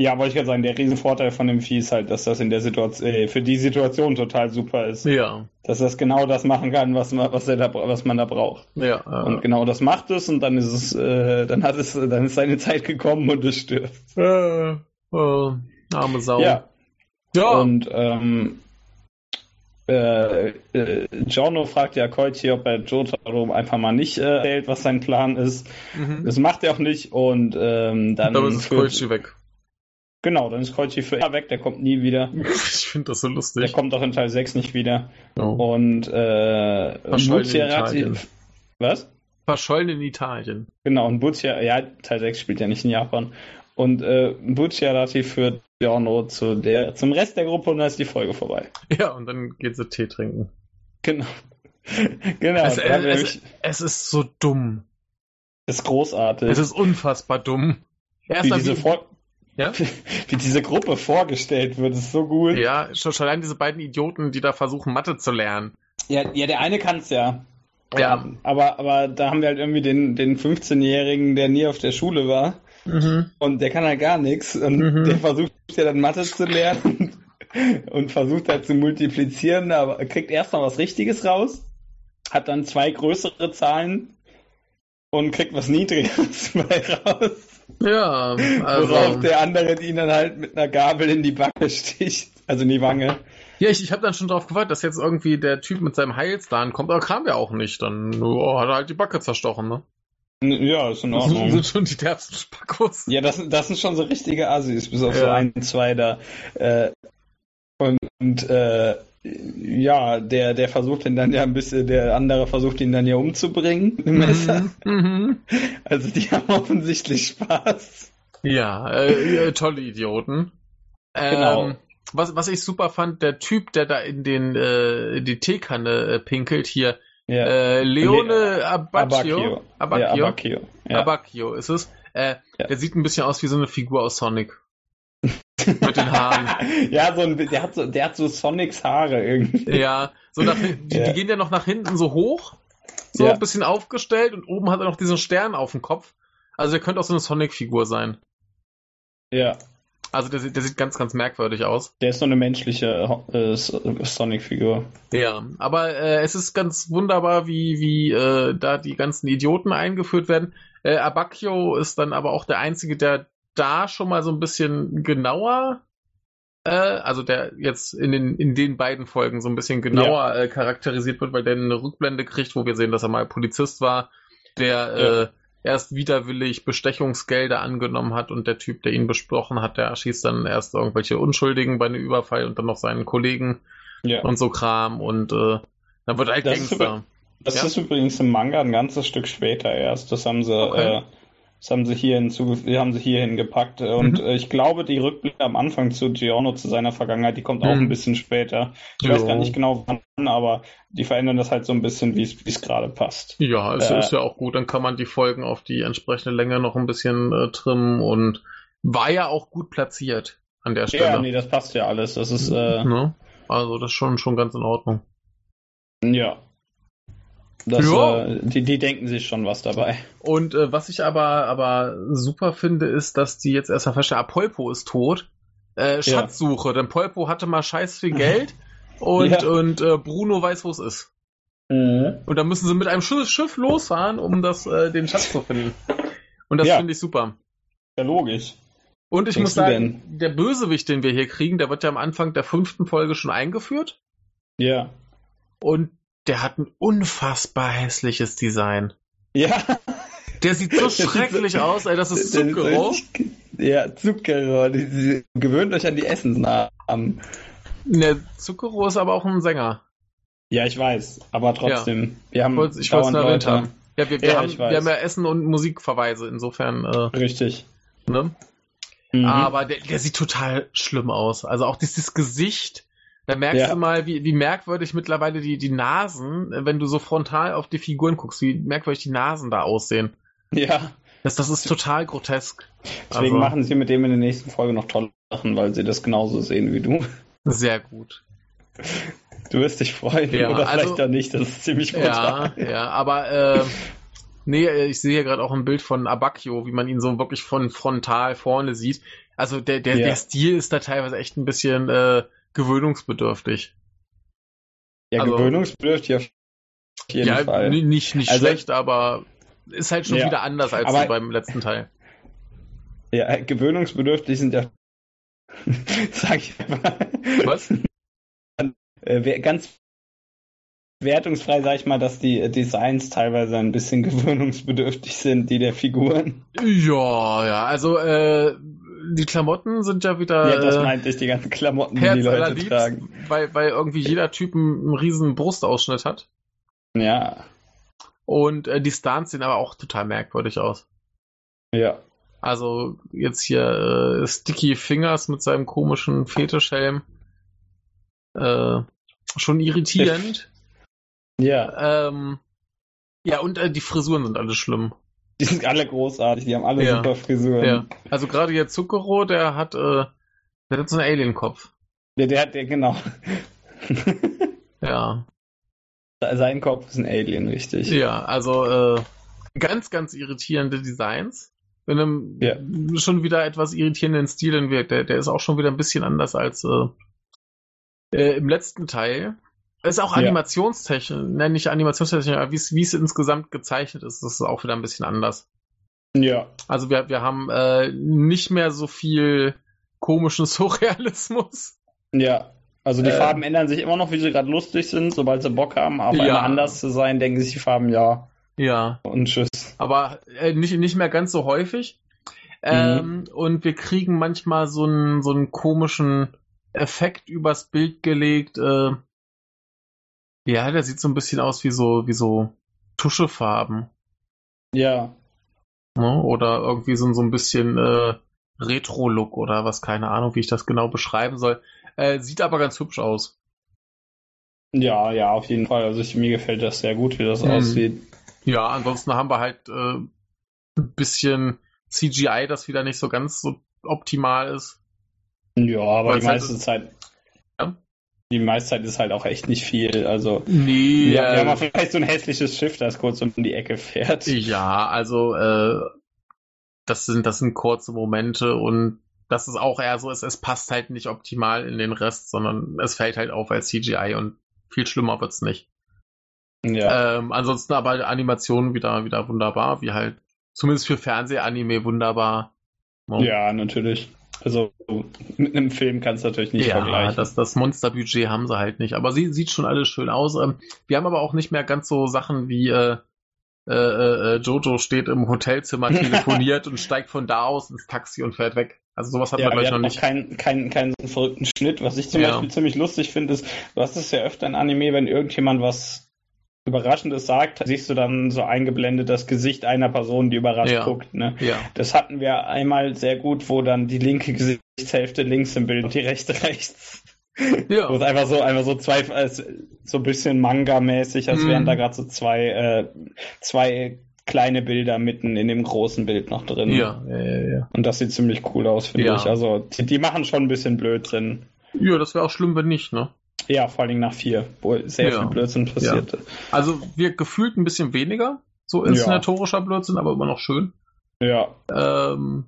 [SPEAKER 1] ja, wollte ich gerade sagen, der Riesenvorteil von dem Vieh ist halt, dass das in der Situation, äh, für die Situation total super ist.
[SPEAKER 2] Ja,
[SPEAKER 1] Dass das genau das machen kann, was man, was er da, was man da braucht.
[SPEAKER 2] ja.
[SPEAKER 1] Und genau das macht es und dann ist es, äh, dann hat es, dann ist seine Zeit gekommen und es stirbt.
[SPEAKER 2] Äh, äh, arme Sau.
[SPEAKER 1] Ja.
[SPEAKER 2] ja.
[SPEAKER 1] Und ähm, äh, äh, Giorno fragt ja Koichi, ob er Jotaro einfach mal nicht äh, erzählt, was sein Plan ist.
[SPEAKER 2] mhm.
[SPEAKER 1] Das macht er auch nicht und ähm, dann
[SPEAKER 2] Dann ist
[SPEAKER 1] führt-
[SPEAKER 2] Koichi weg.
[SPEAKER 1] genau, dann ist Koichi für immer weg, der kommt nie wieder.
[SPEAKER 2] Ich finde das so
[SPEAKER 1] Der
[SPEAKER 2] lustig.
[SPEAKER 1] kommt auch in Teil 6 nicht wieder.
[SPEAKER 2] Ja.
[SPEAKER 1] Und äh,
[SPEAKER 2] Verschollen in
[SPEAKER 1] Muzierati-
[SPEAKER 2] Italien.
[SPEAKER 1] Was?
[SPEAKER 2] Verschollen in Italien.
[SPEAKER 1] Genau, und Butcher, ja, Teil 6 spielt ja nicht in Japan. Und äh, Butcherati führt Giorno zu der, zum Rest der Gruppe und dann ist die Folge vorbei.
[SPEAKER 2] Ja, und dann geht sie Tee trinken.
[SPEAKER 1] Genau. genau.
[SPEAKER 2] es,
[SPEAKER 1] Also,
[SPEAKER 2] äh, es,
[SPEAKER 1] das,
[SPEAKER 2] es, es ist so dumm.
[SPEAKER 1] ist großartig.
[SPEAKER 2] Es ist unfassbar dumm. Erst
[SPEAKER 1] wie,
[SPEAKER 2] dann-
[SPEAKER 1] diese Vor
[SPEAKER 2] Ja?
[SPEAKER 1] wie diese Gruppe vorgestellt wird, ist so gut.
[SPEAKER 2] ja, schon, schon allein diese beiden Idioten, die da versuchen, Mathe zu lernen.
[SPEAKER 1] Ja, ja der eine kann es ja.
[SPEAKER 2] Ja.
[SPEAKER 1] Aber, aber da haben wir halt irgendwie den, den 15-Jährigen, der nie auf der Schule war. Und der kann halt gar nichts. Und
[SPEAKER 2] Mhm.
[SPEAKER 1] der versucht ja dann Mathe zu lernen und versucht halt zu multiplizieren, aber kriegt erst mal was Richtiges raus, hat dann zwei größere Zahlen und kriegt was Niedrigeres bei raus.
[SPEAKER 2] Ja,
[SPEAKER 1] Worauf
[SPEAKER 2] also.
[SPEAKER 1] der andere ihn dann halt mit einer Gabel in die Backe sticht. Also in die Wange.
[SPEAKER 2] Ja, ich, ich habe dann schon drauf gewartet, dass jetzt irgendwie der Typ mit seinem Heilstan kommt, aber kam ja auch nicht. Dann oh, hat er halt die Backe zerstochen, ne?
[SPEAKER 1] N- Ja, ist in
[SPEAKER 2] Das sind,
[SPEAKER 1] Ordnung.
[SPEAKER 2] sind schon die derbsten Spackos.
[SPEAKER 1] Ja, das, das sind schon so richtige Assis, bis auf so
[SPEAKER 2] Ja.
[SPEAKER 1] ein, zwei da. Äh, und und äh, ja, der, der versucht ihn dann ja ein bisschen, der andere versucht ihn dann ja umzubringen mit dem Messer.
[SPEAKER 2] Mhm. Mhm.
[SPEAKER 1] Also die haben offensichtlich Spaß.
[SPEAKER 2] Ja, äh, äh, tolle Idioten. Ähm,
[SPEAKER 1] Genau.
[SPEAKER 2] Was, was ich super fand, der Typ, der da in den äh, in die Teekanne äh, pinkelt hier,
[SPEAKER 1] Ja,
[SPEAKER 2] äh, Leone Abacchio.
[SPEAKER 1] Abacchio. ja
[SPEAKER 2] Abacchio.
[SPEAKER 1] Abacchio. Ja.
[SPEAKER 2] Abacchio ist es. Äh,
[SPEAKER 1] Ja.
[SPEAKER 2] Der sieht ein bisschen aus wie so eine Figur aus Sonic. Mit den Haaren.
[SPEAKER 1] ja, so ein, der hat so, der hat so Sonics Haare irgendwie.
[SPEAKER 2] Ja, so nach, hin- die,
[SPEAKER 1] Ja.
[SPEAKER 2] die gehen ja noch nach hinten so hoch, so
[SPEAKER 1] Ja.
[SPEAKER 2] ein bisschen aufgestellt und oben hat er noch diesen Stern auf dem Kopf. Also der könnte auch so eine Sonic-Figur sein.
[SPEAKER 1] Ja,
[SPEAKER 2] Also der, sieht- der sieht ganz, ganz merkwürdig aus.
[SPEAKER 1] der ist so eine menschliche äh, Sonic-Figur.
[SPEAKER 2] Ja, aber äh, es ist ganz wunderbar, wie, wie äh, da die ganzen Idioten eingeführt werden. Äh, Abacchio ist dann aber auch der Einzige, der da schon mal so ein bisschen genauer, äh, also der jetzt in den, in den beiden Folgen so ein bisschen genauer äh, charakterisiert wird, weil der eine Rückblende kriegt, wo wir sehen, dass er mal Polizist war, der
[SPEAKER 1] Ja.
[SPEAKER 2] äh, erst widerwillig Bestechungsgelder angenommen hat und der Typ, der ihn besprochen hat, der schießt dann erst irgendwelche Unschuldigen bei einem Überfall und dann noch seinen Kollegen
[SPEAKER 1] Ja.
[SPEAKER 2] und so Kram und äh, Dann wird er halt
[SPEAKER 1] Das ist
[SPEAKER 2] Gangster.
[SPEAKER 1] Das
[SPEAKER 2] Ja.
[SPEAKER 1] ist übrigens im Manga ein ganzes Stück später erst. Das haben sie,
[SPEAKER 2] Okay.
[SPEAKER 1] äh, das haben sie hier hinzuge- haben sie hier hingepackt. Und äh, ich glaube, die Rückblicke am Anfang zu Giorno, zu seiner Vergangenheit, die kommt auch
[SPEAKER 2] Mhm.
[SPEAKER 1] ein bisschen später. Ich
[SPEAKER 2] Jo.
[SPEAKER 1] weiß gar nicht genau wann, aber die verändern das halt so ein bisschen, wie es wie es gerade passt.
[SPEAKER 2] Ja, es
[SPEAKER 1] Äh,
[SPEAKER 2] ist ja auch gut. Dann kann man die Folgen auf die entsprechende Länge noch ein bisschen äh, trimmen und war ja auch gut platziert an der Stelle.
[SPEAKER 1] Ja, nee, das passt ja alles. Das ist, äh,
[SPEAKER 2] ne? Also das ist schon, schon ganz in Ordnung.
[SPEAKER 1] ja. Das,
[SPEAKER 2] Ja.
[SPEAKER 1] äh, die, die denken sich schon was dabei.
[SPEAKER 2] Und äh, was ich aber, aber super finde, ist, dass die jetzt erstmal feststellen, ah, Polpo ist tot. Äh, Schatzsuche, denn Polpo hatte mal scheiß viel Geld und,
[SPEAKER 1] Ja.
[SPEAKER 2] und äh, Bruno weiß, wo es ist. Und dann müssen sie mit einem Schiff, Schiff losfahren, um das, äh, den Schatz zu finden. Und das
[SPEAKER 1] Ja.
[SPEAKER 2] finde ich super.
[SPEAKER 1] Ja, logisch.
[SPEAKER 2] Und ich
[SPEAKER 1] Denkst
[SPEAKER 2] muss
[SPEAKER 1] du
[SPEAKER 2] sagen, der Bösewicht, den wir hier kriegen, der wird ja am Anfang der fünften Folge schon eingeführt.
[SPEAKER 1] Ja.
[SPEAKER 2] Und der hat ein unfassbar hässliches Design.
[SPEAKER 1] Ja.
[SPEAKER 2] Der sieht so
[SPEAKER 1] Der sieht so-
[SPEAKER 2] schrecklich aus, ey, das ist
[SPEAKER 1] Das ist
[SPEAKER 2] Zuckerrohr.
[SPEAKER 1] richtig- Ja, Zucchero. Die, die, gewöhnt euch an die Essensnamen.
[SPEAKER 2] Ne, Zuckerrohr ist aber auch ein Sänger.
[SPEAKER 1] Ja, ich weiß, aber trotzdem. Wir
[SPEAKER 2] Ich
[SPEAKER 1] haben
[SPEAKER 2] wollte ich wollte es nur erwähnt haben. Ja, wir, wir,
[SPEAKER 1] Ja,
[SPEAKER 2] haben,
[SPEAKER 1] ich weiß.
[SPEAKER 2] wir haben ja Essen und Musikverweise, insofern, äh,
[SPEAKER 1] Richtig.
[SPEAKER 2] ne?
[SPEAKER 1] Mhm.
[SPEAKER 2] Ah, Aber der, der sieht total schlimm aus. Also auch dieses Gesicht, da merkst
[SPEAKER 1] Ja.
[SPEAKER 2] du mal, wie, wie merkwürdig mittlerweile die, die Nasen, äh, wenn du so frontal auf die Figuren guckst, wie merkwürdig die Nasen da aussehen.
[SPEAKER 1] ja,
[SPEAKER 2] Das, das ist total grotesk.
[SPEAKER 1] deswegen
[SPEAKER 2] also-
[SPEAKER 1] machen sie mit dem in der nächsten Folge noch tolle Sachen, weil sie das genauso sehen wie du.
[SPEAKER 2] Sehr gut.
[SPEAKER 1] Du wirst dich freuen
[SPEAKER 2] Ja,
[SPEAKER 1] oder
[SPEAKER 2] also-
[SPEAKER 1] vielleicht auch nicht, das ist ziemlich brutal.
[SPEAKER 2] Ja, ja, aber äh, nee, äh, ich sehe hier gerade auch ein Bild von Abacchio, wie man ihn so wirklich von frontal vorne sieht. Also der, der,
[SPEAKER 1] Ja.
[SPEAKER 2] der Stil ist da teilweise echt ein bisschen äh, gewöhnungsbedürftig.
[SPEAKER 1] Ja,
[SPEAKER 2] also-
[SPEAKER 1] gewöhnungsbedürftig auf jeden
[SPEAKER 2] ja,
[SPEAKER 1] Fall.
[SPEAKER 2] n- nicht, nicht
[SPEAKER 1] Also-
[SPEAKER 2] schlecht, aber ist halt schon
[SPEAKER 1] Ja.
[SPEAKER 2] wieder anders als
[SPEAKER 1] Aber-
[SPEAKER 2] so beim letzten Teil.
[SPEAKER 1] Ja, gewöhnungsbedürftig sind ja. Sag ich mal.
[SPEAKER 2] Was?
[SPEAKER 1] Äh, wer- ganz wertungsfrei sage ich mal, dass die äh, Designs teilweise ein bisschen gewöhnungsbedürftig sind, die der Figuren.
[SPEAKER 2] Ja, ja, also äh, die Klamotten sind ja wieder
[SPEAKER 1] ja, das
[SPEAKER 2] äh,
[SPEAKER 1] meinte ich, die ganzen Klamotten, die die
[SPEAKER 2] Herz
[SPEAKER 1] Leute
[SPEAKER 2] allerliebst,
[SPEAKER 1] tragen.
[SPEAKER 2] weil, weil irgendwie jeder Typ einen, einen riesen Brustausschnitt hat.
[SPEAKER 1] Ja,
[SPEAKER 2] Und äh, die Stans sehen aber auch total merkwürdig aus.
[SPEAKER 1] ja.
[SPEAKER 2] Also jetzt hier äh, Sticky Fingers mit seinem komischen Fetischhelm. Äh, schon irritierend.
[SPEAKER 1] Ja,
[SPEAKER 2] ähm, ja, und äh, die Frisuren sind alle schlimm.
[SPEAKER 1] die sind alle großartig, die haben alle
[SPEAKER 2] Ja.
[SPEAKER 1] super Frisuren.
[SPEAKER 2] Ja. Also gerade der Zuckerrohr, der hat, äh, der hat so einen Alien-Kopf.
[SPEAKER 1] Der, der hat, der, genau.
[SPEAKER 2] Ja.
[SPEAKER 1] Sein Kopf ist ein Alien, richtig.
[SPEAKER 2] Ja, also äh, ganz, ganz irritierende Designs. In einem
[SPEAKER 1] Ja.
[SPEAKER 2] schon wieder etwas irritierenden Stil, denn wir, der, der ist auch schon wieder ein bisschen anders als äh, äh, im letzten Teil. Ist auch
[SPEAKER 1] Ja.
[SPEAKER 2] Animationstechnik, nein, nicht Animationstechnik, aber wie es wie es insgesamt gezeichnet ist, ist es auch wieder ein bisschen anders.
[SPEAKER 1] Ja,
[SPEAKER 2] Also wir, wir haben äh, nicht mehr so viel komischen Surrealismus.
[SPEAKER 1] ja. Also die
[SPEAKER 2] Äh.
[SPEAKER 1] Farben ändern sich immer noch, wie sie gerade lustig sind, sobald sie Bock haben, aber
[SPEAKER 2] Ja.
[SPEAKER 1] immer anders zu sein, denken sich die Farben ja
[SPEAKER 2] Ja.
[SPEAKER 1] und tschüss.
[SPEAKER 2] aber äh, nicht, nicht mehr ganz so häufig.
[SPEAKER 1] Mhm.
[SPEAKER 2] Ähm, Und wir kriegen manchmal so einen, so einen komischen Effekt übers Bild gelegt. Äh, ja, der sieht so ein bisschen aus wie so, wie so Tuschefarben.
[SPEAKER 1] Ja,
[SPEAKER 2] Ne? Oder irgendwie so, ein- so ein bisschen äh, Retro-Look oder was, keine Ahnung, wie ich das genau beschreiben soll. Äh, sieht aber ganz hübsch aus.
[SPEAKER 1] ja, ja, auf jeden Fall. Also ich, mir gefällt das sehr gut, wie das
[SPEAKER 2] Mhm.
[SPEAKER 1] aussieht.
[SPEAKER 2] Ja, ansonsten haben wir halt äh, ein bisschen CGI, das wieder nicht so ganz so optimal ist.
[SPEAKER 1] Ja, aber
[SPEAKER 2] Weil
[SPEAKER 1] die
[SPEAKER 2] es halt
[SPEAKER 1] meiste Zeit.
[SPEAKER 2] Ja?
[SPEAKER 1] Die meiste Zeit ist halt auch echt nicht viel. Also,
[SPEAKER 2] Nee,
[SPEAKER 1] wir, wir haben
[SPEAKER 2] äh,
[SPEAKER 1] auch vielleicht so ein hässliches Schiff, das kurz um die Ecke fährt.
[SPEAKER 2] Ja, also äh, das sind das sind kurze Momente und das ist auch eher so, es, es passt halt nicht optimal in den Rest, sondern es fällt halt auf als CGI und viel schlimmer wird's nicht.
[SPEAKER 1] Ja,
[SPEAKER 2] Ähm, ansonsten aber Animationen wieder wieder wunderbar, wie halt zumindest für Fernsehanime wunderbar. Ne?
[SPEAKER 1] ja natürlich. Also, mit einem Film kannst du natürlich nicht
[SPEAKER 2] Ja,
[SPEAKER 1] vergleichen.
[SPEAKER 2] das, das Monsterbudget haben sie halt nicht. Aber sie sieht schon alles schön aus. Ähm, Wir haben aber auch nicht mehr ganz so Sachen wie äh, äh, äh, Jojo steht im Hotelzimmer, telefoniert und steigt von da aus ins Taxi und fährt weg. Also sowas hat
[SPEAKER 1] ja,
[SPEAKER 2] man
[SPEAKER 1] wir
[SPEAKER 2] gleich
[SPEAKER 1] hatten
[SPEAKER 2] noch
[SPEAKER 1] noch
[SPEAKER 2] nicht.
[SPEAKER 1] keinen, keinen, keinen so verrückten Schnitt. Was ich zum
[SPEAKER 2] Ja.
[SPEAKER 1] Beispiel ziemlich lustig finde, ist, du hast es ja öfter in Anime, wenn irgendjemand was Überraschendes sagt, siehst du dann so eingeblendet das Gesicht einer Person, die überrascht
[SPEAKER 2] Ja.
[SPEAKER 1] guckt. Ne?
[SPEAKER 2] Ja.
[SPEAKER 1] Das hatten wir einmal sehr gut, wo dann die linke Gesichtshälfte links im Bild und die rechte rechts.
[SPEAKER 2] Ja.
[SPEAKER 1] Wo es einfach so, einfach so zwei, als, so ein bisschen Manga-mäßig, als
[SPEAKER 2] Mhm.
[SPEAKER 1] wären da gerade so zwei, äh, zwei kleine Bilder mitten in dem großen Bild noch drin.
[SPEAKER 2] Ja, ja, ja, ja.
[SPEAKER 1] Und das sieht ziemlich cool aus, finde
[SPEAKER 2] Ja.
[SPEAKER 1] ich. Also, die, die machen schon ein bisschen Blödsinn.
[SPEAKER 2] Ja, das wäre auch schlimm, wenn nicht, ne?
[SPEAKER 1] Ja, vor allem nach vier, wo sehr
[SPEAKER 2] Ja.
[SPEAKER 1] viel Blödsinn passierte.
[SPEAKER 2] Also wir gefühlt ein bisschen weniger, so inszenatorischer Blödsinn, aber immer noch schön.
[SPEAKER 1] Ja.
[SPEAKER 2] Ähm,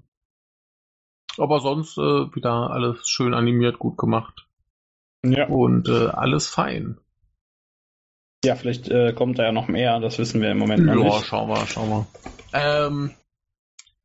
[SPEAKER 2] aber sonst äh, wieder alles schön animiert, gut gemacht
[SPEAKER 1] Ja,
[SPEAKER 2] und äh, alles fein.
[SPEAKER 1] ja vielleicht äh, kommt da ja noch mehr, das wissen wir im Moment noch
[SPEAKER 2] Ja,
[SPEAKER 1] nicht.
[SPEAKER 2] schauen wir, schauen wir. Ähm,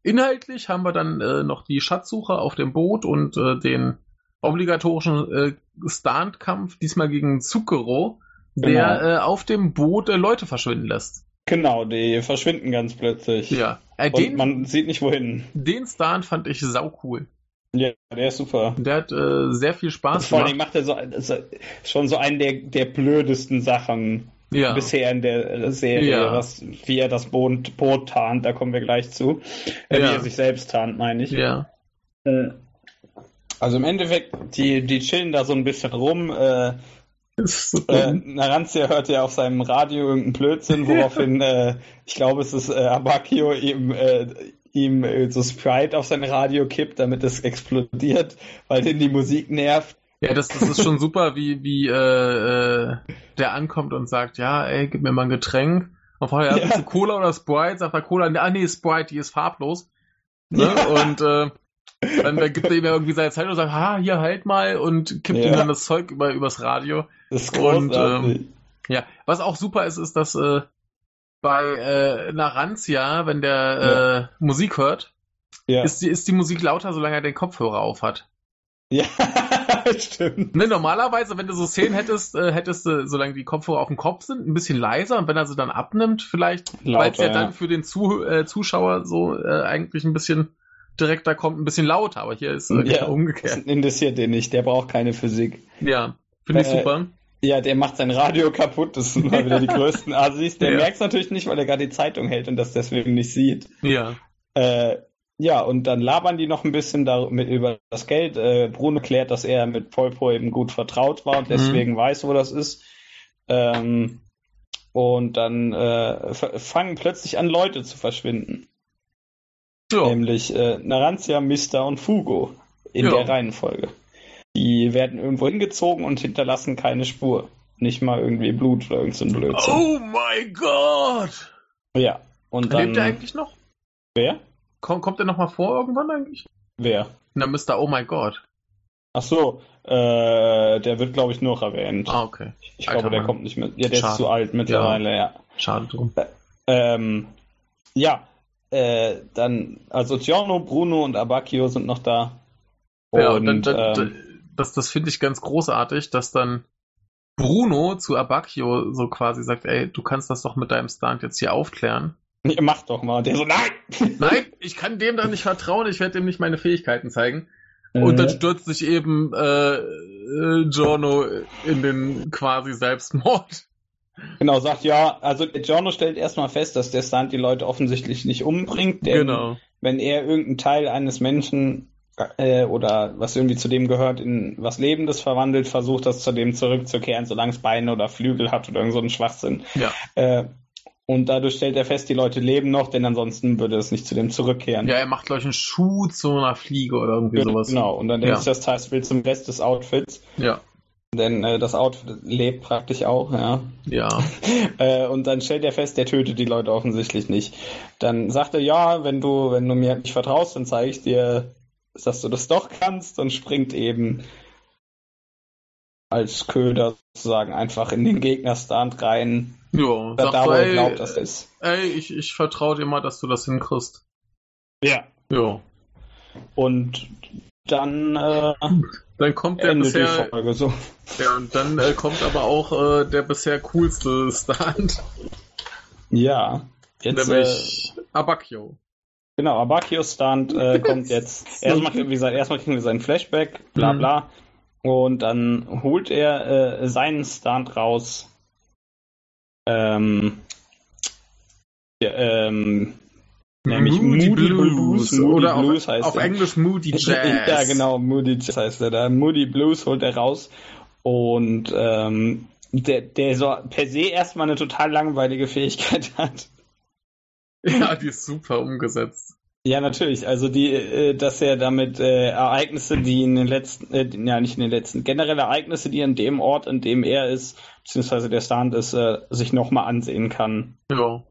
[SPEAKER 2] inhaltlich haben wir dann äh, noch die Schatzsuche auf dem Boot und äh, den obligatorischen äh, Stunt-Kampf, diesmal gegen Zucchero, der äh, auf dem Boot äh, Leute verschwinden lässt.
[SPEAKER 1] Genau, die verschwinden ganz plötzlich.
[SPEAKER 2] Ja. Äh,
[SPEAKER 1] Und
[SPEAKER 2] den,
[SPEAKER 1] man sieht nicht wohin.
[SPEAKER 2] den Stunt fand ich sau cool.
[SPEAKER 1] Ja, der ist super.
[SPEAKER 2] Der hat äh, sehr viel Spaß
[SPEAKER 1] Vor allem
[SPEAKER 2] gemacht.
[SPEAKER 1] macht er so, so- schon so einen der, der blödesten Sachen
[SPEAKER 2] Ja.
[SPEAKER 1] bisher in der äh, Serie,
[SPEAKER 2] Ja.
[SPEAKER 1] was, wie er das Boot, Boot tarnt, da kommen wir gleich zu. Äh,
[SPEAKER 2] Ja.
[SPEAKER 1] Wie er sich selbst tarnt, meine ich.
[SPEAKER 2] ja.
[SPEAKER 1] Äh, Also im Endeffekt, die, die chillen da so ein bisschen rum. Äh,
[SPEAKER 2] Ist so
[SPEAKER 1] äh,
[SPEAKER 2] dumm.
[SPEAKER 1] Narantia hört ja auf seinem Radio irgendeinen Blödsinn, woraufhin, äh, ich glaube, es ist äh, Abakio ihm, äh, ihm äh, so Sprite auf sein Radio kippt, damit es explodiert, weil den die Musik nervt.
[SPEAKER 2] Ja, das, das ist schon super, wie, wie äh, äh, der ankommt und sagt, ja, ey, gib mir mal ein Getränk. Und vorher, ja.
[SPEAKER 1] Ja.
[SPEAKER 2] bist du Cola oder Sprite? Sagt er Cola, ah nee, Sprite, die ist farblos. Ne? Und äh, dann, dann gibt er ihm ja irgendwie seine Zeit und sagt, ha, hier halt mal und kippt ihm
[SPEAKER 1] Ja.
[SPEAKER 2] dann das Zeug über übers Radio.
[SPEAKER 1] Das ist
[SPEAKER 2] Und,
[SPEAKER 1] großartig.
[SPEAKER 2] Ja, was auch super ist, ist, dass äh, bei äh, Narantia, wenn der äh, Musik hört,
[SPEAKER 1] ja.
[SPEAKER 2] ist, die, ist die Musik lauter, solange er den Kopfhörer auf hat.
[SPEAKER 1] ja, stimmt.
[SPEAKER 2] Ne, normalerweise, wenn du so Szenen hättest, äh, hättest du, solange die Kopfhörer auf dem Kopf sind, ein bisschen leiser und wenn er sie dann abnimmt, vielleicht, weil es ja,
[SPEAKER 1] Lauter,
[SPEAKER 2] dann für den Zuh äh, Zuschauer so äh, eigentlich ein bisschen direkter kommt, ein bisschen lauter, aber hier ist äh,
[SPEAKER 1] Ja. Das
[SPEAKER 2] umgekehrt.
[SPEAKER 1] interessiert den nicht, der braucht keine Physik.
[SPEAKER 2] Ja, finde ich
[SPEAKER 1] Äh,
[SPEAKER 2] super.
[SPEAKER 1] Ja, der macht sein Radio kaputt, das sind mal wieder die größten Assis. Der
[SPEAKER 2] Ja.
[SPEAKER 1] merkt's merkt es natürlich nicht, weil er gerade die Zeitung hält und das deswegen nicht sieht.
[SPEAKER 2] Ja.
[SPEAKER 1] Äh, ja, und dann labern die noch ein bisschen da mit über das Geld. Äh, Bruno klärt, dass er mit Polpo eben gut vertraut war und
[SPEAKER 2] Mhm.
[SPEAKER 1] deswegen weiß, wo das ist. Ähm, und dann äh, f- fangen plötzlich an, Leute zu verschwinden.
[SPEAKER 2] Ja.
[SPEAKER 1] Nämlich äh, Narantia, Mister und Fugo in
[SPEAKER 2] Ja.
[SPEAKER 1] der Reihenfolge. Die werden irgendwo hingezogen und hinterlassen keine Spur. Nicht mal irgendwie Blut oder irgend so ein Blödsinn.
[SPEAKER 2] oh mein Gott!
[SPEAKER 1] Ja. Und
[SPEAKER 2] Oh. Lebt er
[SPEAKER 1] dann.
[SPEAKER 2] eigentlich noch?
[SPEAKER 1] Wer?
[SPEAKER 2] Komm, kommt er nochmal vor irgendwann eigentlich?
[SPEAKER 1] Wer?
[SPEAKER 2] Na, Mr. Oh mein Gott.
[SPEAKER 1] Ach so, äh, der wird, glaube ich, nur erwähnt.
[SPEAKER 2] Ah, okay.
[SPEAKER 1] ich
[SPEAKER 2] alter
[SPEAKER 1] glaube, der
[SPEAKER 2] Mann.
[SPEAKER 1] kommt nicht mit. Ja, der
[SPEAKER 2] Schade.
[SPEAKER 1] ist zu alt mittlerweile, ja.
[SPEAKER 2] Schade drum.
[SPEAKER 1] Ähm, ja, äh, dann, also Giorno, Bruno und Abacchio sind noch da.
[SPEAKER 2] Ja,
[SPEAKER 1] und,
[SPEAKER 2] dann, dann,
[SPEAKER 1] ähm,
[SPEAKER 2] das, das finde ich ganz großartig, dass dann Bruno zu Abacchio so quasi sagt, ey, du kannst das doch mit deinem Stunt jetzt hier aufklären.
[SPEAKER 1] ja, mach doch mal. Und der so, nein!
[SPEAKER 2] Nein, ich kann dem da nicht vertrauen, ich werde dem nicht meine Fähigkeiten zeigen. Und dann
[SPEAKER 1] Äh,
[SPEAKER 2] stürzt sich eben äh, äh, Giorno in den quasi Selbstmord.
[SPEAKER 1] Genau, sagt ja, also Giorno stellt erstmal fest, dass der Stunt die Leute offensichtlich nicht umbringt, denn
[SPEAKER 2] genau.
[SPEAKER 1] wenn er irgendeinen Teil eines Menschen äh, oder was irgendwie zu dem gehört, in was Lebendes verwandelt, versucht das zu dem zurückzukehren, solange es Beine oder Flügel hat oder irgend so einen Schwachsinn.
[SPEAKER 2] Ja.
[SPEAKER 1] Äh, und dadurch stellt er fest, die Leute leben noch, denn ansonsten würde es nicht zu dem zurückkehren.
[SPEAKER 2] Ja, er macht, glaube ich, einen Schuh zu einer Fliege oder irgendwie sowas.
[SPEAKER 1] Genau, und dann denkst
[SPEAKER 2] Ja.
[SPEAKER 1] du, das heißt, will zum Rest des Outfits,
[SPEAKER 2] Ja,
[SPEAKER 1] denn äh, das Outfit lebt praktisch auch, ja.
[SPEAKER 2] ja.
[SPEAKER 1] Äh, und dann stellt er fest, der tötet die Leute offensichtlich nicht. Dann sagt er, ja, wenn du, wenn du mir nicht vertraust, dann zeige ich dir, dass du das doch kannst und springt eben als Köder sozusagen einfach in den Gegnerstand rein,
[SPEAKER 2] Ja,
[SPEAKER 1] da,
[SPEAKER 2] sagt
[SPEAKER 1] da
[SPEAKER 2] so,
[SPEAKER 1] wo er
[SPEAKER 2] ey,
[SPEAKER 1] glaubt, dass er ist.
[SPEAKER 2] ey, ich, ich vertraue dir mal, dass du das hinkriegst.
[SPEAKER 1] Ja.
[SPEAKER 2] Ja.
[SPEAKER 1] Und dann äh,
[SPEAKER 2] Dann kommt der
[SPEAKER 1] endet die
[SPEAKER 2] bisher
[SPEAKER 1] Folge so.
[SPEAKER 2] Ja, und dann äh, kommt aber auch äh, der bisher coolste Stunt,
[SPEAKER 1] Ja. Jetzt, äh,
[SPEAKER 2] nämlich Abacchio.
[SPEAKER 1] Genau, Abakio-Stunt äh, kommt jetzt. Erstmal, wie gesagt, erstmal kriegen wir seinen Flashback, bla
[SPEAKER 2] Mhm.
[SPEAKER 1] bla. Und dann holt er äh, seinen Stunt raus. Ähm, ja, ähm, Nämlich Moody Blues. Moody
[SPEAKER 2] oder auf-
[SPEAKER 1] Blues heißt
[SPEAKER 2] auf
[SPEAKER 1] er.
[SPEAKER 2] Englisch Moody Jazz.
[SPEAKER 1] Ja, genau, Moody Jazz heißt er da. Moody Blues holt er raus. Und ähm, der, der so per se erstmal eine total langweilige Fähigkeit hat.
[SPEAKER 2] Ja, die ist super umgesetzt.
[SPEAKER 1] Ja, natürlich. Also die, äh, dass er damit äh, Ereignisse, die in den letzten, äh, ja nicht in den letzten, generell Ereignisse, die an dem Ort, an dem er ist, beziehungsweise der Stand ist, äh, sich nochmal ansehen kann.
[SPEAKER 2] Ja.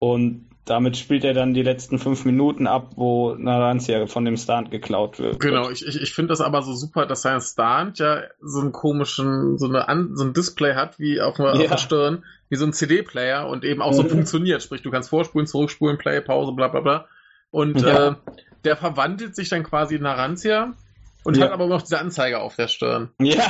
[SPEAKER 1] Und damit spielt er dann die letzten fünf Minuten ab, wo Narancia von dem Stand geklaut wird.
[SPEAKER 2] Genau, ich, ich, ich finde das aber so super, dass sein Stand ja so einen komischen, so, eine An so ein Display hat, wie auf, einer- auf
[SPEAKER 1] Ja.
[SPEAKER 2] der Stirn, wie so ein CD-Player und eben auch so
[SPEAKER 1] Mhm.
[SPEAKER 2] funktioniert. Sprich, du kannst vorspulen, zurückspulen, Play, Pause, bla bla bla. Und
[SPEAKER 1] Ja.
[SPEAKER 2] äh, der verwandelt sich dann quasi in Narantia und
[SPEAKER 1] Ja.
[SPEAKER 2] hat aber immer noch diese Anzeige auf der Stirn.
[SPEAKER 1] Ja,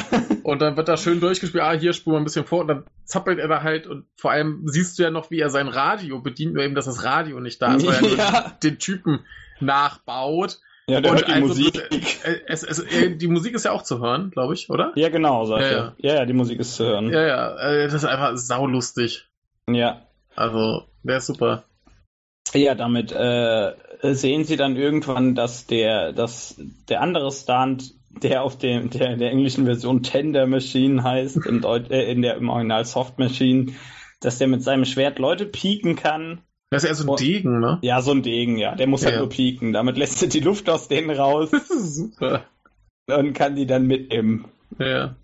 [SPEAKER 2] Und dann wird da schön durchgespielt, ah, hier spulen wir ein bisschen vor und dann zappelt er da halt und vor allem siehst du ja noch, wie er sein Radio bedient, nur eben, dass das Radio nicht da ist, weil er nur
[SPEAKER 1] ja.
[SPEAKER 2] den Typen nachbaut.
[SPEAKER 1] ja der
[SPEAKER 2] Und
[SPEAKER 1] hört die
[SPEAKER 2] also-
[SPEAKER 1] Musik.
[SPEAKER 2] Äh, Es, es, äh, die Musik ist ja auch zu hören, glaube ich, oder?
[SPEAKER 1] Ja, genau, sagt
[SPEAKER 2] Ja,
[SPEAKER 1] er. Ja, ja, die Musik ist zu hören.
[SPEAKER 2] Ja, ja, äh, das ist einfach saulustig.
[SPEAKER 1] ja.
[SPEAKER 2] Also, der ist super.
[SPEAKER 1] Ja, damit äh, sehen sie dann irgendwann, dass der, dass der andere Stunt, der auf dem, der in der englischen Version Tender Machine heißt, im Deut äh, in der im Original Soft Machine, dass der mit seinem Schwert Leute pieken kann.
[SPEAKER 2] Das ist eher so ein
[SPEAKER 1] Oh.
[SPEAKER 2] Degen, ne?
[SPEAKER 1] Ja, so ein Degen, ja. Der muss
[SPEAKER 2] Ja,
[SPEAKER 1] halt
[SPEAKER 2] ja.
[SPEAKER 1] nur pieken. Damit lässt er die Luft aus denen raus
[SPEAKER 2] Das ist super.
[SPEAKER 1] und kann die dann mitnehmen.
[SPEAKER 2] Ja, Ja.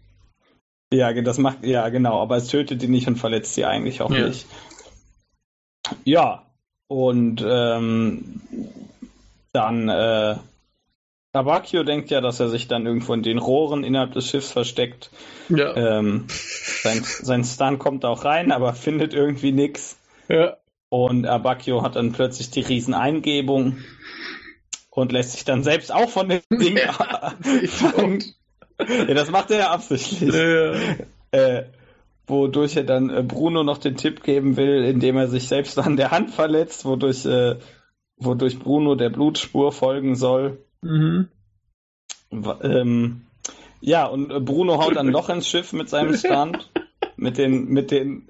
[SPEAKER 1] Ja, ge- das macht, ja, genau, aber es tötet die nicht und verletzt sie eigentlich auch
[SPEAKER 2] Ja.
[SPEAKER 1] nicht. Ja, und ähm, dann, äh, Abakio denkt ja, dass er sich dann irgendwo in den Rohren innerhalb des Schiffs versteckt.
[SPEAKER 2] Ja.
[SPEAKER 1] Ähm, sein, sein Stun kommt auch rein, aber findet irgendwie nix.
[SPEAKER 2] ja.
[SPEAKER 1] Und Abakio hat dann plötzlich die Rieseneingebung und lässt sich dann selbst auch von dem Ding
[SPEAKER 2] Ja,
[SPEAKER 1] fangen. Ja, das macht er ja absichtlich
[SPEAKER 2] Ja.
[SPEAKER 1] äh, wodurch er dann äh, Bruno noch den Tipp geben will, indem er sich selbst an der Hand verletzt, wodurch, äh, wodurch Bruno der Blutspur folgen soll.
[SPEAKER 2] Mhm.
[SPEAKER 1] W ähm, ja, und äh, Bruno haut dann Loch ins Schiff mit seinem Stand, mit den, mit den,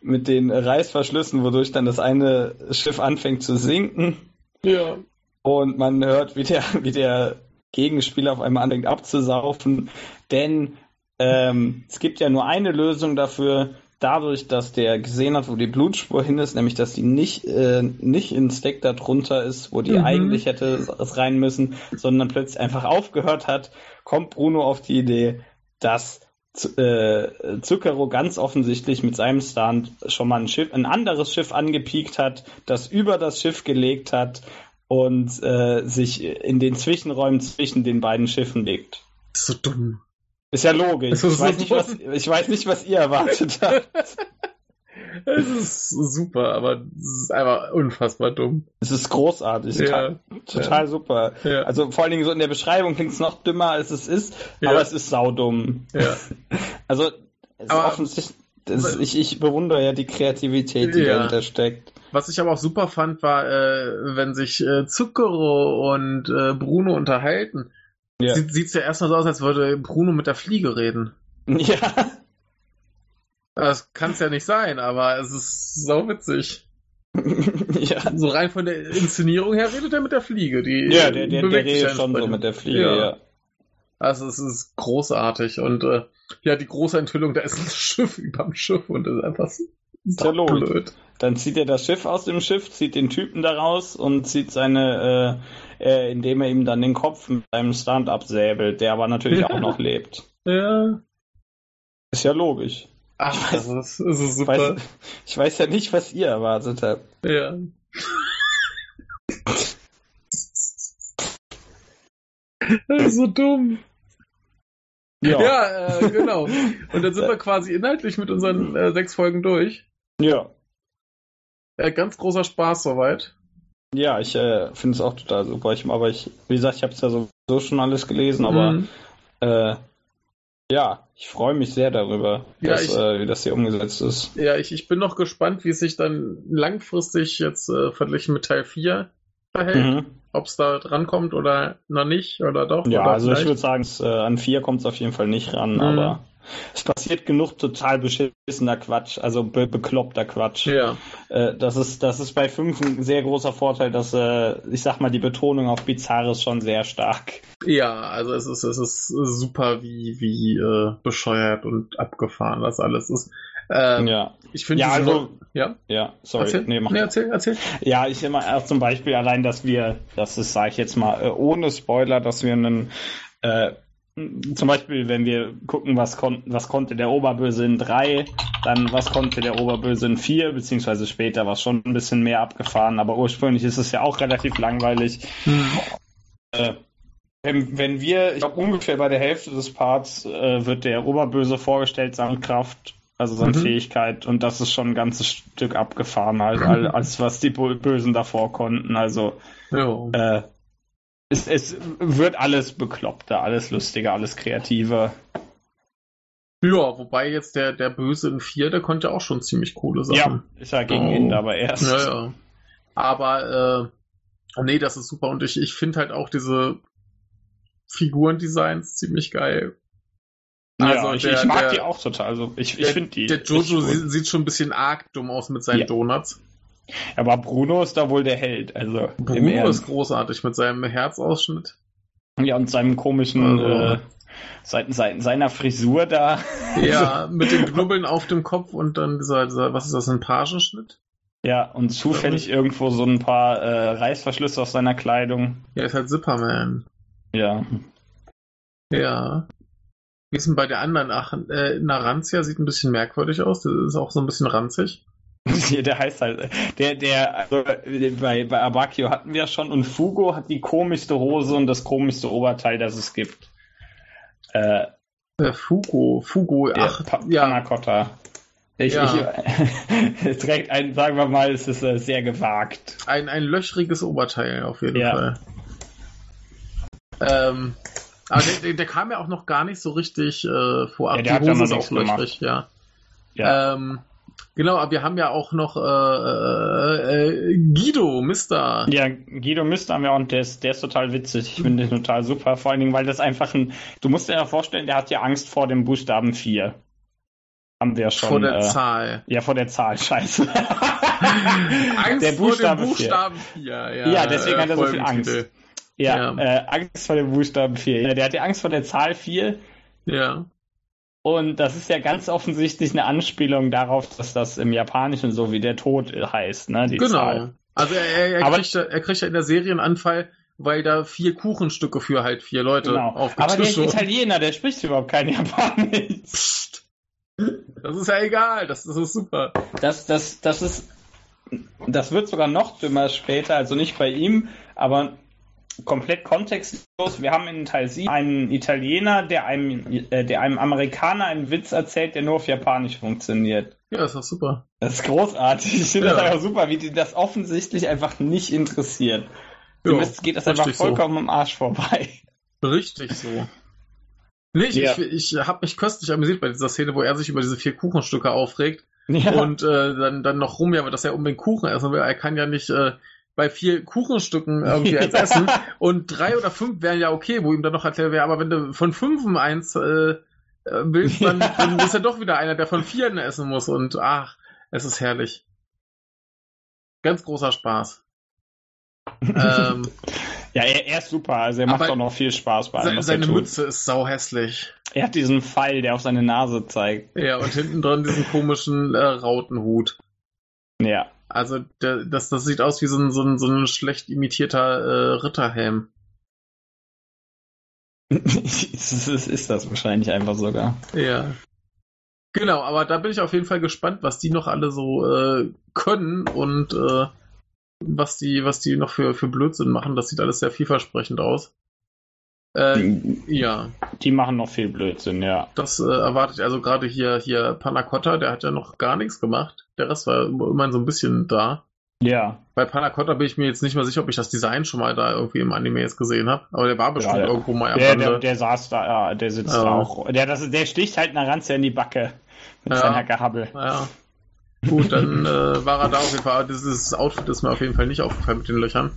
[SPEAKER 1] mit den Reißverschlüssen, wodurch dann das eine Schiff anfängt zu sinken.
[SPEAKER 2] Ja.
[SPEAKER 1] Und man hört, wie der, wie der Gegenspieler auf einmal anfängt abzusaufen. Denn ähm, es gibt ja nur eine Lösung dafür, dadurch, dass der gesehen hat, wo die Blutspur hin ist, nämlich dass die nicht, äh, nicht ins Deck da drunter ist, wo die
[SPEAKER 2] Mhm.
[SPEAKER 1] eigentlich hätte es rein müssen, sondern plötzlich einfach aufgehört hat, kommt Bruno auf die Idee, dass Z- äh, Zucchero ganz offensichtlich mit seinem Stand schon mal ein Schiff, ein anderes Schiff angepiekt hat, das über das Schiff gelegt hat und äh, sich in den Zwischenräumen zwischen den beiden Schiffen legt.
[SPEAKER 2] Das ist so dumm.
[SPEAKER 1] Ist ja logisch.
[SPEAKER 2] Das ist
[SPEAKER 1] ich,
[SPEAKER 2] so
[SPEAKER 1] weiß nicht,
[SPEAKER 2] dumm.
[SPEAKER 1] was, ich weiß nicht, was ihr erwartet habt.
[SPEAKER 2] Es ist super, aber es ist einfach unfassbar dumm.
[SPEAKER 1] Es ist großartig.
[SPEAKER 2] Ja.
[SPEAKER 1] Total, total super.
[SPEAKER 2] Ja.
[SPEAKER 1] Also vor allen Dingen so in der Beschreibung klingt es noch dümmer, als es ist,
[SPEAKER 2] Ja.
[SPEAKER 1] aber es ist saudumm.
[SPEAKER 2] Ja.
[SPEAKER 1] Also es
[SPEAKER 2] Aber-
[SPEAKER 1] ist offensichtlich, das, ich, ich bewundere ja die Kreativität, die
[SPEAKER 2] Ja.
[SPEAKER 1] dahinter steckt.
[SPEAKER 2] Was ich aber auch super fand, war, äh, wenn sich äh, Zucchero und äh, Bruno unterhalten,
[SPEAKER 1] Ja.
[SPEAKER 2] sieht sieht's ja erstmal so aus, als würde Bruno mit der Fliege reden.
[SPEAKER 1] Ja,
[SPEAKER 2] Das kann's ja nicht sein, aber es ist so witzig.
[SPEAKER 1] ja.
[SPEAKER 2] So rein von der Inszenierung her redet er mit der Fliege. Die
[SPEAKER 1] Ja, der, der, der
[SPEAKER 2] bewegt sich
[SPEAKER 1] redet schon so
[SPEAKER 2] entsprechend.
[SPEAKER 1] mit der Fliege,
[SPEAKER 2] Ja.
[SPEAKER 1] ja.
[SPEAKER 2] Also es ist großartig und äh, ja, die große Enthüllung, da ist ein Schiff überm Schiff und das ist einfach so
[SPEAKER 1] ja logisch.
[SPEAKER 2] blöd.
[SPEAKER 1] Dann zieht er das Schiff aus dem Schiff, zieht den Typen da raus und zieht seine, äh, äh, indem er ihm dann den Kopf mit einem Stand absäbelt, der aber natürlich auch noch lebt.
[SPEAKER 2] Ja.
[SPEAKER 1] Ist ja logisch.
[SPEAKER 2] Ach, das ist, es ist
[SPEAKER 1] Ich
[SPEAKER 2] super.
[SPEAKER 1] weiß, ich weiß ja nicht, was ihr erwartet habt.
[SPEAKER 2] Ja. Das ist so dumm. Ja, äh, genau. Und dann sind wir quasi inhaltlich mit unseren äh, sechs Folgen durch.
[SPEAKER 1] ja.
[SPEAKER 2] Äh, ganz großer Spaß soweit.
[SPEAKER 1] Ja, ich äh, finde es auch total super. Ich, aber ich, wie gesagt, ich habe es ja sowieso schon alles gelesen, aber
[SPEAKER 2] Mhm.
[SPEAKER 1] äh, ja, ich freue mich sehr darüber,
[SPEAKER 2] Ja,
[SPEAKER 1] dass,
[SPEAKER 2] ich-
[SPEAKER 1] äh, wie das hier umgesetzt ist.
[SPEAKER 2] ja, ich, ich bin noch gespannt, wie es sich dann langfristig jetzt äh, verglichen mit Teil 4 verhält. Mhm. Ob es da drankommt oder noch nicht oder doch.
[SPEAKER 1] Ja,
[SPEAKER 2] oder
[SPEAKER 1] also ich würde sagen, es, äh, an vier kommt es auf jeden Fall nicht ran, mhm. aber es passiert genug total beschissener Quatsch, also be bekloppter Quatsch.
[SPEAKER 2] Ja.
[SPEAKER 1] Äh, das, ist, das ist bei fünf ein sehr großer Vorteil, dass, äh, ich sag mal, die Betonung auf Bizarre ist schon sehr stark.
[SPEAKER 2] Ja, also es ist, es ist super, wie, wie äh, bescheuert und abgefahren das alles ist. Ähm,
[SPEAKER 1] ja.
[SPEAKER 2] Ich finde
[SPEAKER 1] ja, also,
[SPEAKER 2] ja?
[SPEAKER 1] ja, sorry.
[SPEAKER 2] Erzähl?
[SPEAKER 1] Nee,
[SPEAKER 2] mach nee, erzähl, erzähl.
[SPEAKER 1] Ja, ich immer auch zum Beispiel allein, dass wir, das ist, sage ich jetzt mal, äh, ohne Spoiler, dass wir einen äh, zum Beispiel, wenn wir gucken, was, kon was konnte der Oberböse in 3, dann was konnte der Oberböse in 4, beziehungsweise später war schon ein bisschen mehr abgefahren, aber ursprünglich ist es ja auch relativ langweilig. Hm. Äh, wenn, wenn wir, ich glaube ungefähr bei der Hälfte des Parts äh, wird der Oberböse vorgestellt, seine Kraft, also seine mhm. Fähigkeit und das ist schon ein ganzes Stück abgefahren, halt. als, als was die Bösen davor konnten. Also
[SPEAKER 2] jo.
[SPEAKER 1] äh, es, es, wird alles bekloppter, alles lustiger, alles kreativer.
[SPEAKER 2] Ja, wobei jetzt der, der Böse in 4, der konnte auch schon ziemlich coole Sachen. Ja,
[SPEAKER 1] ist ja gegen oh. ihn aber erst.
[SPEAKER 2] Ja, ja. Aber, äh, nee, das ist super und ich, ich finde halt auch diese Figurendesigns ziemlich geil.
[SPEAKER 1] Also ja, ich, der, ich mag der, die auch total. Also ich, ich finde die.
[SPEAKER 2] Der Jojo sieht, sieht, schon ein bisschen arg dumm aus mit seinen ja. Donuts.
[SPEAKER 1] Aber Bruno ist da wohl der Held. Also
[SPEAKER 2] Bruno ist großartig mit seinem Herzausschnitt.
[SPEAKER 1] Ja, und seinem komischen, also. äh, seit, seit, seiner Frisur da.
[SPEAKER 2] Ja, mit den Knubbeln auf dem Kopf und dann dieser, dieser was ist das, ein Pagenschnitt?
[SPEAKER 1] Ja, und zufällig ja, irgendwo so ein paar äh, Reißverschlüsse auf seiner Kleidung.
[SPEAKER 2] Ja, ist halt Zipperman.
[SPEAKER 1] Ja.
[SPEAKER 2] Ja. Wie ist denn bei der anderen? Ach, äh, Narantia sieht ein bisschen merkwürdig aus. Das ist auch so ein bisschen ranzig.
[SPEAKER 1] Der heißt halt, der, der, also bei, bei Abakio hatten wir schon und Fugo hat die komischste Hose und das komischste Oberteil, das es gibt.
[SPEAKER 2] Äh, äh Fugo, Fugo, ach,
[SPEAKER 1] pa ja. Panacotta. Ich, ja. ich trägt ein, sagen wir mal, es ist äh, sehr gewagt.
[SPEAKER 2] Ein, ein löchriges Oberteil auf jeden ja. Fall. Ähm, aber der, der, der, kam ja auch noch gar nicht so richtig äh, vor.
[SPEAKER 1] Ja, der die hat Hose ja auch löchrig,
[SPEAKER 2] ja. ja. Ähm, Genau, aber wir haben ja auch noch äh, äh, Guido Mister.
[SPEAKER 1] Ja, Guido Mister haben wir und der ist, der ist total witzig. Ich finde den total super. Vor allen Dingen, weil das einfach ein. Du musst dir ja vorstellen, der hat ja Angst vor dem Buchstaben 4. Haben wir schon.
[SPEAKER 2] Vor der äh, Zahl.
[SPEAKER 1] Ja, vor der Zahl, scheiße.
[SPEAKER 2] Angst der Buchstabe vor dem Buchstaben äh, 4. 4.
[SPEAKER 1] Ja, ja, deswegen hat er so viel Angst. Titel. Ja, ja. Angst vor dem Buchstaben 4. Ja, der hat ja Angst vor der Zahl 4.
[SPEAKER 2] Ja.
[SPEAKER 1] Und das ist ja ganz offensichtlich eine Anspielung darauf, dass das im Japanischen so wie der Tod heißt, ne?
[SPEAKER 2] genau. Zahl. Also er, er, kriegt, er, kriegt, ja in der Serie einen Anfall, weil da vier Kuchenstücke für halt vier Leute genau.
[SPEAKER 1] Aber der ist Italiener, der spricht überhaupt kein Japanisch. Psst.
[SPEAKER 2] Das ist ja egal, das, das ist super.
[SPEAKER 1] Das, das, das ist. Das wird sogar noch dümmer später, also nicht bei ihm, aber komplett kontextlos. Wir haben in Teil 7 einen Italiener, der einem, äh, der einem Amerikaner einen Witz erzählt, der nur auf Japanisch funktioniert.
[SPEAKER 2] Ja, ist doch super.
[SPEAKER 1] Das ist großartig. Ich finde ja. das einfach super, wie die das offensichtlich einfach nicht interessiert. Jo, Dem geht das einfach vollkommen so. am Arsch vorbei.
[SPEAKER 2] Richtig so. Nee, ich, ja. ich, ich habe mich köstlich amüsiert bei dieser Szene, wo er sich über diese vier Kuchenstücke aufregt ja. und äh, dann, dann noch rumjammert, dass er um den Kuchen essen will. Er kann ja nicht äh, bei vier Kuchenstücken irgendwie als Essen. Und drei oder fünf wären ja okay, wo ihm dann noch erklärt wäre, aber wenn du von fünfen eins äh, willst, dann, dann ist ja doch wieder einer, der von vieren essen muss. Und ach, es ist herrlich. Ganz großer Spaß.
[SPEAKER 1] ähm, ja, er, er, ist super. Also er macht auch noch viel Spaß bei allem,
[SPEAKER 2] was Seine Mütze ist sau hässlich.
[SPEAKER 1] Er hat diesen Pfeil, der auf seine Nase zeigt.
[SPEAKER 2] Ja, und hinten dran diesen komischen äh, Rautenhut.
[SPEAKER 1] Ja.
[SPEAKER 2] Also der, das, das sieht aus wie so ein, so ein, so ein schlecht imitierter äh, Ritterhelm.
[SPEAKER 1] ist, ist, ist das wahrscheinlich einfach sogar.
[SPEAKER 2] Ja. Genau, aber da bin ich auf jeden Fall gespannt, was die noch alle so äh, können und äh, was, die, was die noch für, für Blödsinn machen. Das sieht alles sehr vielversprechend aus. Die, ja.
[SPEAKER 1] Die machen noch viel Blödsinn, ja.
[SPEAKER 2] Das erwartet ich. Also gerade hier, hier Panacotta, der hat ja noch gar nichts gemacht der Rest war immerhin so ein bisschen da.
[SPEAKER 1] Ja.
[SPEAKER 2] Bei Panacotta bin ich mir jetzt nicht mehr sicher, ob ich das Design schon mal da irgendwie im Anime jetzt gesehen habe. Aber der war bestimmt ja, also- der, irgendwo mal
[SPEAKER 1] der, der, der saß da, ja, der sitzt ja. da auch. Der, das, der sticht halt einer Ranze in die Backe mit ja. seiner Gehabbel.
[SPEAKER 2] Ja. Gut, dann äh, war er da auf jeden Fall. Dieses Outfit ist mir auf jeden Fall nicht aufgefallen mit den Löchern.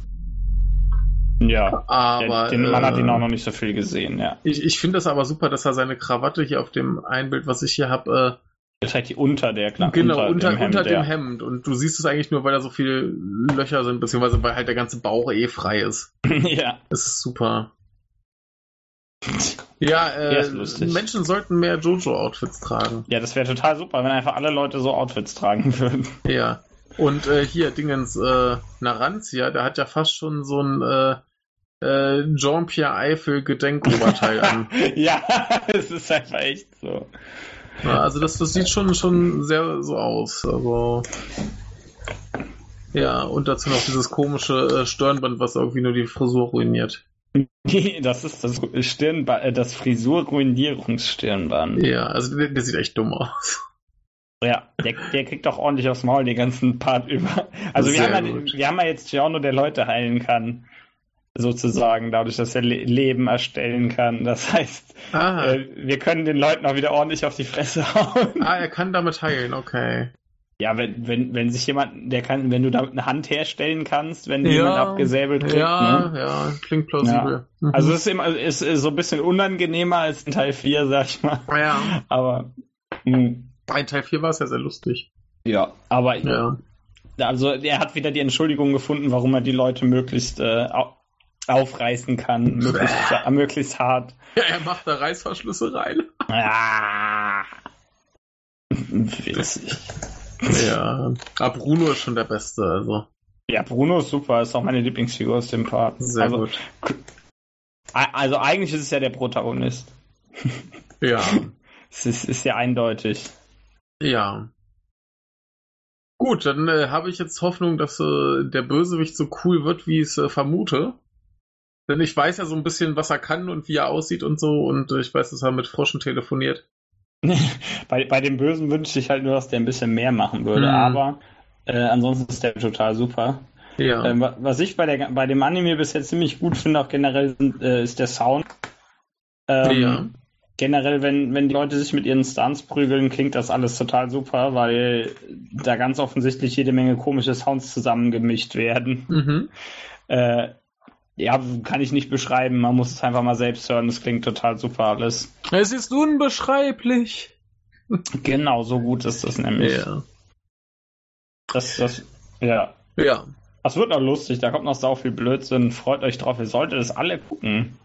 [SPEAKER 1] Ja.
[SPEAKER 2] Aber
[SPEAKER 1] den, den Mann hat ihn auch
[SPEAKER 2] äh,
[SPEAKER 1] noch nicht so viel gesehen, ja.
[SPEAKER 2] ich, ich finde das aber super, dass er seine Krawatte hier auf dem Einbild, was ich hier habe,
[SPEAKER 1] Er trägt die unter der
[SPEAKER 2] äh,
[SPEAKER 1] Kla
[SPEAKER 2] genau unter,
[SPEAKER 1] dem Hemd,
[SPEAKER 2] unter dem
[SPEAKER 1] ja.
[SPEAKER 2] Hemd. Und du siehst es eigentlich nur, weil da so viele Löcher sind, beziehungsweise weil halt der ganze Bauch eh frei ist.
[SPEAKER 1] ja.
[SPEAKER 2] Das ist super. Ja,
[SPEAKER 1] Ja,
[SPEAKER 2] äh,
[SPEAKER 1] ist lustig.
[SPEAKER 2] Menschen sollten mehr Jojo-Outfits tragen.
[SPEAKER 1] Ja, das wäre total super, wenn einfach alle Leute so Outfits tragen würden.
[SPEAKER 2] Ja. Und äh, hier, Dingens, äh, Narantia, der hat ja fast schon so ein äh, äh, Jean-Pierre Eiffel Gedenkoberteil an.
[SPEAKER 1] ja, es ist einfach echt so.
[SPEAKER 2] Ja, also das, das sieht schon, schon sehr so aus. Also ja, und dazu noch dieses komische äh, Stirnband, was irgendwie nur die Frisur ruiniert.
[SPEAKER 1] Das ist das Stirnba äh, das Frisurruinierungsstirnband.
[SPEAKER 2] Ja, also der, der sieht echt dumm aus.
[SPEAKER 1] Ja, der, der kriegt auch ordentlich aufs Maul den ganzen Part über. Also wir
[SPEAKER 2] Sehr
[SPEAKER 1] haben, ja,
[SPEAKER 2] gut.
[SPEAKER 1] wir haben ja jetzt Giorno, der Leute heilen kann. Sozusagen, dadurch, dass er Le Leben erstellen kann. Das heißt,
[SPEAKER 2] Ah,
[SPEAKER 1] äh, wir können den Leuten auch wieder ordentlich auf die Fresse hauen.
[SPEAKER 2] ah er kann damit heilen, okay.
[SPEAKER 1] Ja, wenn, wenn, wenn sich jemand, der kann, wenn du damit eine Hand herstellen kannst, wenn dir
[SPEAKER 2] Ja,
[SPEAKER 1] jemand abgesäbelt kriegt,
[SPEAKER 2] Ja,
[SPEAKER 1] ne?
[SPEAKER 2] ja, klingt plausibel. Mhm.
[SPEAKER 1] Also es ist immer, es ist so ein bisschen unangenehmer als in Teil 4, sag ich mal.
[SPEAKER 2] ja,
[SPEAKER 1] Aber mh,
[SPEAKER 2] bei Teil 4 war es ja sehr lustig.
[SPEAKER 1] ja, aber
[SPEAKER 2] Ja.
[SPEAKER 1] also er hat wieder die Entschuldigung gefunden, warum er die Leute möglichst äh, au- aufreißen kann, möglichst, äh, möglichst hart.
[SPEAKER 2] ja, er macht da Reißverschlüsse rein.
[SPEAKER 1] Ah. Witzig.
[SPEAKER 2] Ja, aber Bruno ist schon der Beste, also
[SPEAKER 1] Ja, Bruno ist super, ist auch meine Lieblingsfigur aus dem Part.
[SPEAKER 2] sehr
[SPEAKER 1] also,
[SPEAKER 2] gut.
[SPEAKER 1] a- Also eigentlich ist es ja der Protagonist.
[SPEAKER 2] Ja,
[SPEAKER 1] Es ist, ist ja eindeutig.
[SPEAKER 2] ja. Gut, dann äh, habe ich jetzt Hoffnung, dass äh, der Bösewicht so cool wird, wie ich es äh, vermute. Denn ich weiß ja so ein bisschen, was er kann und wie er aussieht und so. Und äh, ich weiß, dass er mit Froschen telefoniert.
[SPEAKER 1] bei, bei dem Bösen wünschte ich halt nur, dass der ein bisschen mehr machen würde,
[SPEAKER 2] Mhm.
[SPEAKER 1] aber äh, ansonsten ist der total super.
[SPEAKER 2] Ja.
[SPEAKER 1] Ähm, wa- was ich bei, der, bei dem Anime bis jetzt ziemlich gut finde, auch generell, sind, äh, ist der Sound. Ähm,
[SPEAKER 2] ja.
[SPEAKER 1] Generell, wenn, wenn die Leute sich mit ihren Stunts prügeln, klingt das alles total super, weil da ganz offensichtlich jede Menge komische Sounds zusammengemischt werden.
[SPEAKER 2] Mhm.
[SPEAKER 1] Äh, ja, kann ich nicht beschreiben, man muss es einfach mal selbst hören, es klingt total super alles.
[SPEAKER 2] Es ist unbeschreiblich.
[SPEAKER 1] Genau, so gut ist das nämlich.
[SPEAKER 2] Ja.
[SPEAKER 1] Das, das, ja.
[SPEAKER 2] Ja.
[SPEAKER 1] Das wird noch lustig, da kommt noch sau viel Blödsinn. Freut euch drauf, ihr solltet es alle gucken.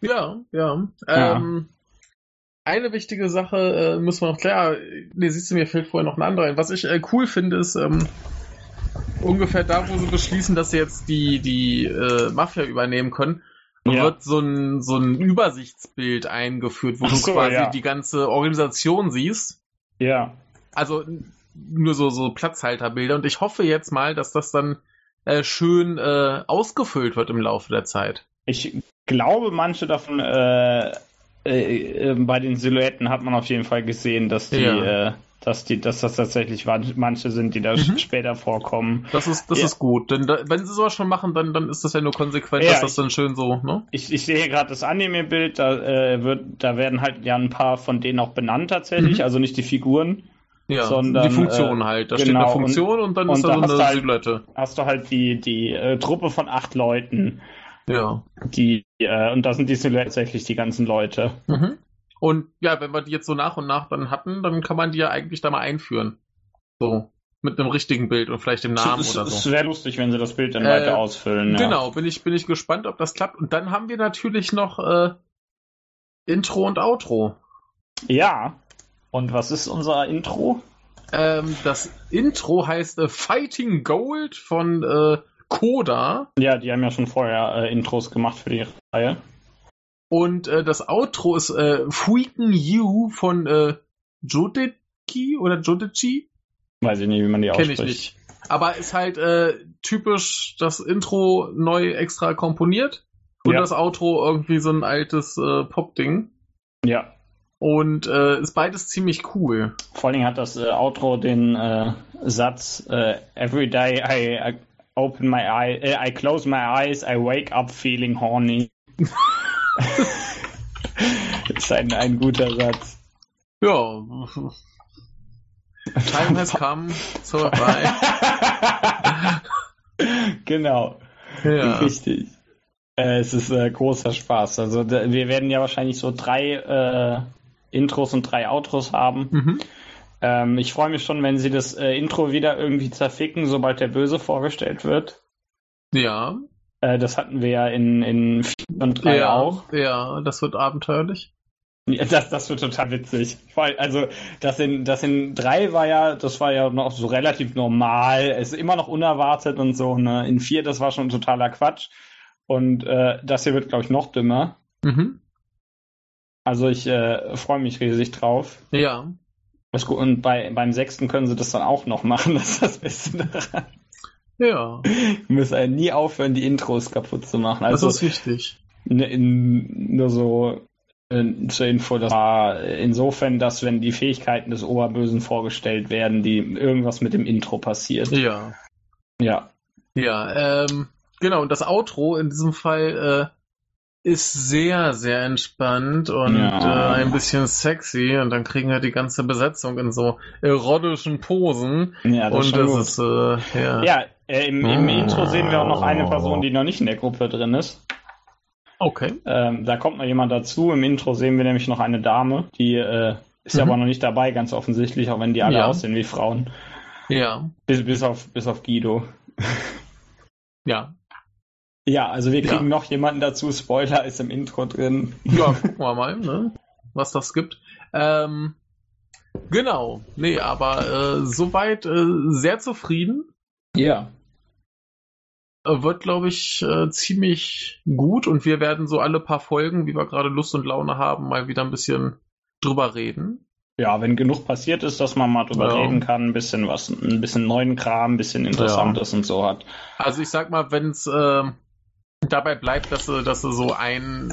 [SPEAKER 2] Ja, ja.
[SPEAKER 1] Ja.
[SPEAKER 2] Ähm, eine wichtige Sache äh, müssen wir noch klar. Nee, siehst du, mir fällt vorher noch ein anderer ein. Was ich äh, cool finde, ist ähm, ungefähr da, wo sie beschließen, dass sie jetzt die, die äh, Mafia übernehmen können.
[SPEAKER 1] Ja.
[SPEAKER 2] Wird so ein, so ein Übersichtsbild eingeführt, wo
[SPEAKER 1] Ach
[SPEAKER 2] du
[SPEAKER 1] so,
[SPEAKER 2] quasi
[SPEAKER 1] ja.
[SPEAKER 2] die ganze Organisation siehst.
[SPEAKER 1] Ja.
[SPEAKER 2] Also n- nur so, so Platzhalterbilder. Und ich hoffe jetzt mal, dass das dann äh, schön äh, ausgefüllt wird im Laufe der Zeit.
[SPEAKER 1] Ich glaube, manche davon, äh, äh, äh, bei den Silhouetten hat man auf jeden Fall gesehen, dass die,
[SPEAKER 2] Ja.
[SPEAKER 1] äh, dass die, dass das tatsächlich wan- manche sind, die da
[SPEAKER 2] Mhm.
[SPEAKER 1] später vorkommen.
[SPEAKER 2] Das ist, das
[SPEAKER 1] Ja.
[SPEAKER 2] ist gut, denn da, wenn sie sowas schon machen, dann, dann ist das ja nur konsequent,
[SPEAKER 1] Ja,
[SPEAKER 2] dass das dann schön so, ne?
[SPEAKER 1] Ich, ich sehe gerade das Anime-Bild, da äh, wird, da werden halt ja ein paar von denen auch benannt tatsächlich,
[SPEAKER 2] Mhm.
[SPEAKER 1] also nicht die Figuren.
[SPEAKER 2] Ja,
[SPEAKER 1] Sondern,
[SPEAKER 2] die Funktion
[SPEAKER 1] äh,
[SPEAKER 2] halt. Da steht
[SPEAKER 1] genau,
[SPEAKER 2] eine Funktion und, dann
[SPEAKER 1] und
[SPEAKER 2] ist
[SPEAKER 1] da
[SPEAKER 2] da so
[SPEAKER 1] hast
[SPEAKER 2] eine
[SPEAKER 1] du halt-
[SPEAKER 2] Silhouette.
[SPEAKER 1] Hast du halt die, die äh, Truppe von acht Leuten,
[SPEAKER 2] Ja.
[SPEAKER 1] die, äh, und da sind die Silhouetten tatsächlich die ganzen Leute.
[SPEAKER 2] Mhm. Und ja, wenn wir die jetzt so nach und nach dann hatten, dann kann man die ja eigentlich da mal einführen. So. Mit einem richtigen Bild und vielleicht dem Namen
[SPEAKER 1] es,
[SPEAKER 2] oder
[SPEAKER 1] Es
[SPEAKER 2] so.
[SPEAKER 1] wäre lustig, wenn sie das Bild dann
[SPEAKER 2] Äh,
[SPEAKER 1] weiter ausfüllen. Ja.
[SPEAKER 2] Genau, bin ich, bin ich gespannt, ob das klappt. Und dann haben wir natürlich noch äh, Intro und Outro.
[SPEAKER 1] Ja. Und was ist unser Intro?
[SPEAKER 2] Ähm, das Intro heißt äh, Fighting Gold von äh, Koda.
[SPEAKER 1] Ja, die haben ja schon vorher äh, Intros gemacht für die Reihe.
[SPEAKER 2] Und äh, das Outro ist äh, Freaking You von äh, Jodeki oder Jodechi?
[SPEAKER 1] Weiß ich nicht, wie man die
[SPEAKER 2] Kenne
[SPEAKER 1] ausspricht.
[SPEAKER 2] ich nicht. Aber ist halt äh, typisch das Intro neu extra komponiert und
[SPEAKER 1] Ja.
[SPEAKER 2] das Outro irgendwie so ein altes äh, Pop-Ding.
[SPEAKER 1] Ja.
[SPEAKER 2] Und äh, ist beides ziemlich cool.
[SPEAKER 1] Vor allen Dingen hat das äh, Outro den äh, Satz äh, Every day I, I open my eye, äh, I close my eyes, I wake up feeling horny. ist ein, ein guter Satz.
[SPEAKER 2] Ja. Time has come, so have I.
[SPEAKER 1] genau,
[SPEAKER 2] Ja.
[SPEAKER 1] richtig. Äh, es ist äh, großer Spaß. Also da, wir werden ja wahrscheinlich so drei äh, Intros und drei Outros haben.
[SPEAKER 2] Mhm.
[SPEAKER 1] Ähm, ich freue mich schon, wenn sie das äh, Intro wieder irgendwie zerficken, sobald der Böse vorgestellt wird.
[SPEAKER 2] Ja.
[SPEAKER 1] Äh, das hatten wir ja in, in 4 und 3
[SPEAKER 2] ja,
[SPEAKER 1] auch.
[SPEAKER 2] Ja, das wird abenteuerlich.
[SPEAKER 1] Ja, Das, das wird total witzig. Vor allem, Also das in, das in 3 war ja, das war ja noch so relativ normal, es ist immer noch unerwartet und so. Ne? In 4, das war schon totaler Quatsch. Und äh, das hier wird, glaube ich, noch dümmer.
[SPEAKER 2] Mhm.
[SPEAKER 1] Also ich äh, freue mich riesig drauf.
[SPEAKER 2] Ja.
[SPEAKER 1] Das ist gut. Und bei, beim sechsten können sie das dann auch noch machen. Das ist das Beste daran.
[SPEAKER 2] Ja.
[SPEAKER 1] Wir müssen ja nie aufhören, die Intros kaputt zu machen.
[SPEAKER 2] Das
[SPEAKER 1] Also
[SPEAKER 2] ist wichtig.
[SPEAKER 1] Ne, in, nur so äh, zur Info, das war insofern, dass wenn die Fähigkeiten des Oberbösen vorgestellt werden, die irgendwas mit dem Intro passiert.
[SPEAKER 2] Ja.
[SPEAKER 1] Ja.
[SPEAKER 2] Ja, ähm, genau, und das Outro in diesem Fall äh, ist sehr, sehr entspannt und
[SPEAKER 1] Ja.
[SPEAKER 2] äh, ein bisschen sexy und dann kriegen wir die ganze Besetzung in so erotischen Posen
[SPEAKER 1] Ja, das ist
[SPEAKER 2] und das
[SPEAKER 1] schon gut.
[SPEAKER 2] ist, äh, ja.
[SPEAKER 1] ja, äh, im, im
[SPEAKER 2] Oh.
[SPEAKER 1] Intro sehen wir auch noch eine Person, die noch nicht in der Gruppe drin ist.
[SPEAKER 2] Okay.
[SPEAKER 1] Ähm, da kommt noch jemand dazu. Im Intro sehen wir nämlich noch eine Dame, die äh, ist
[SPEAKER 2] Mhm.
[SPEAKER 1] aber noch nicht dabei, ganz offensichtlich, auch wenn die alle
[SPEAKER 2] Ja.
[SPEAKER 1] aussehen wie Frauen.
[SPEAKER 2] Ja,
[SPEAKER 1] Bis, bis, auf, bis auf Guido.
[SPEAKER 2] ja.
[SPEAKER 1] Ja, also wir
[SPEAKER 2] Ja.
[SPEAKER 1] kriegen noch jemanden dazu. Spoiler ist im Intro drin.
[SPEAKER 2] Ja, gucken wir mal, ne? Was das gibt. Ähm, genau, nee, aber äh, soweit äh, sehr zufrieden.
[SPEAKER 1] Ja.
[SPEAKER 2] äh, wird, glaube ich, äh, ziemlich gut und wir werden so alle paar Folgen, wie wir gerade Lust und Laune haben, mal wieder ein bisschen drüber reden.
[SPEAKER 1] Ja, wenn genug passiert ist, dass man mal drüber
[SPEAKER 2] Ja.
[SPEAKER 1] reden kann, ein bisschen was, ein bisschen neuen Kram, ein bisschen Interessantes und so hat.
[SPEAKER 2] Also ich sag mal, wenn es ähm, dabei bleibt, dass sie, dass sie so einen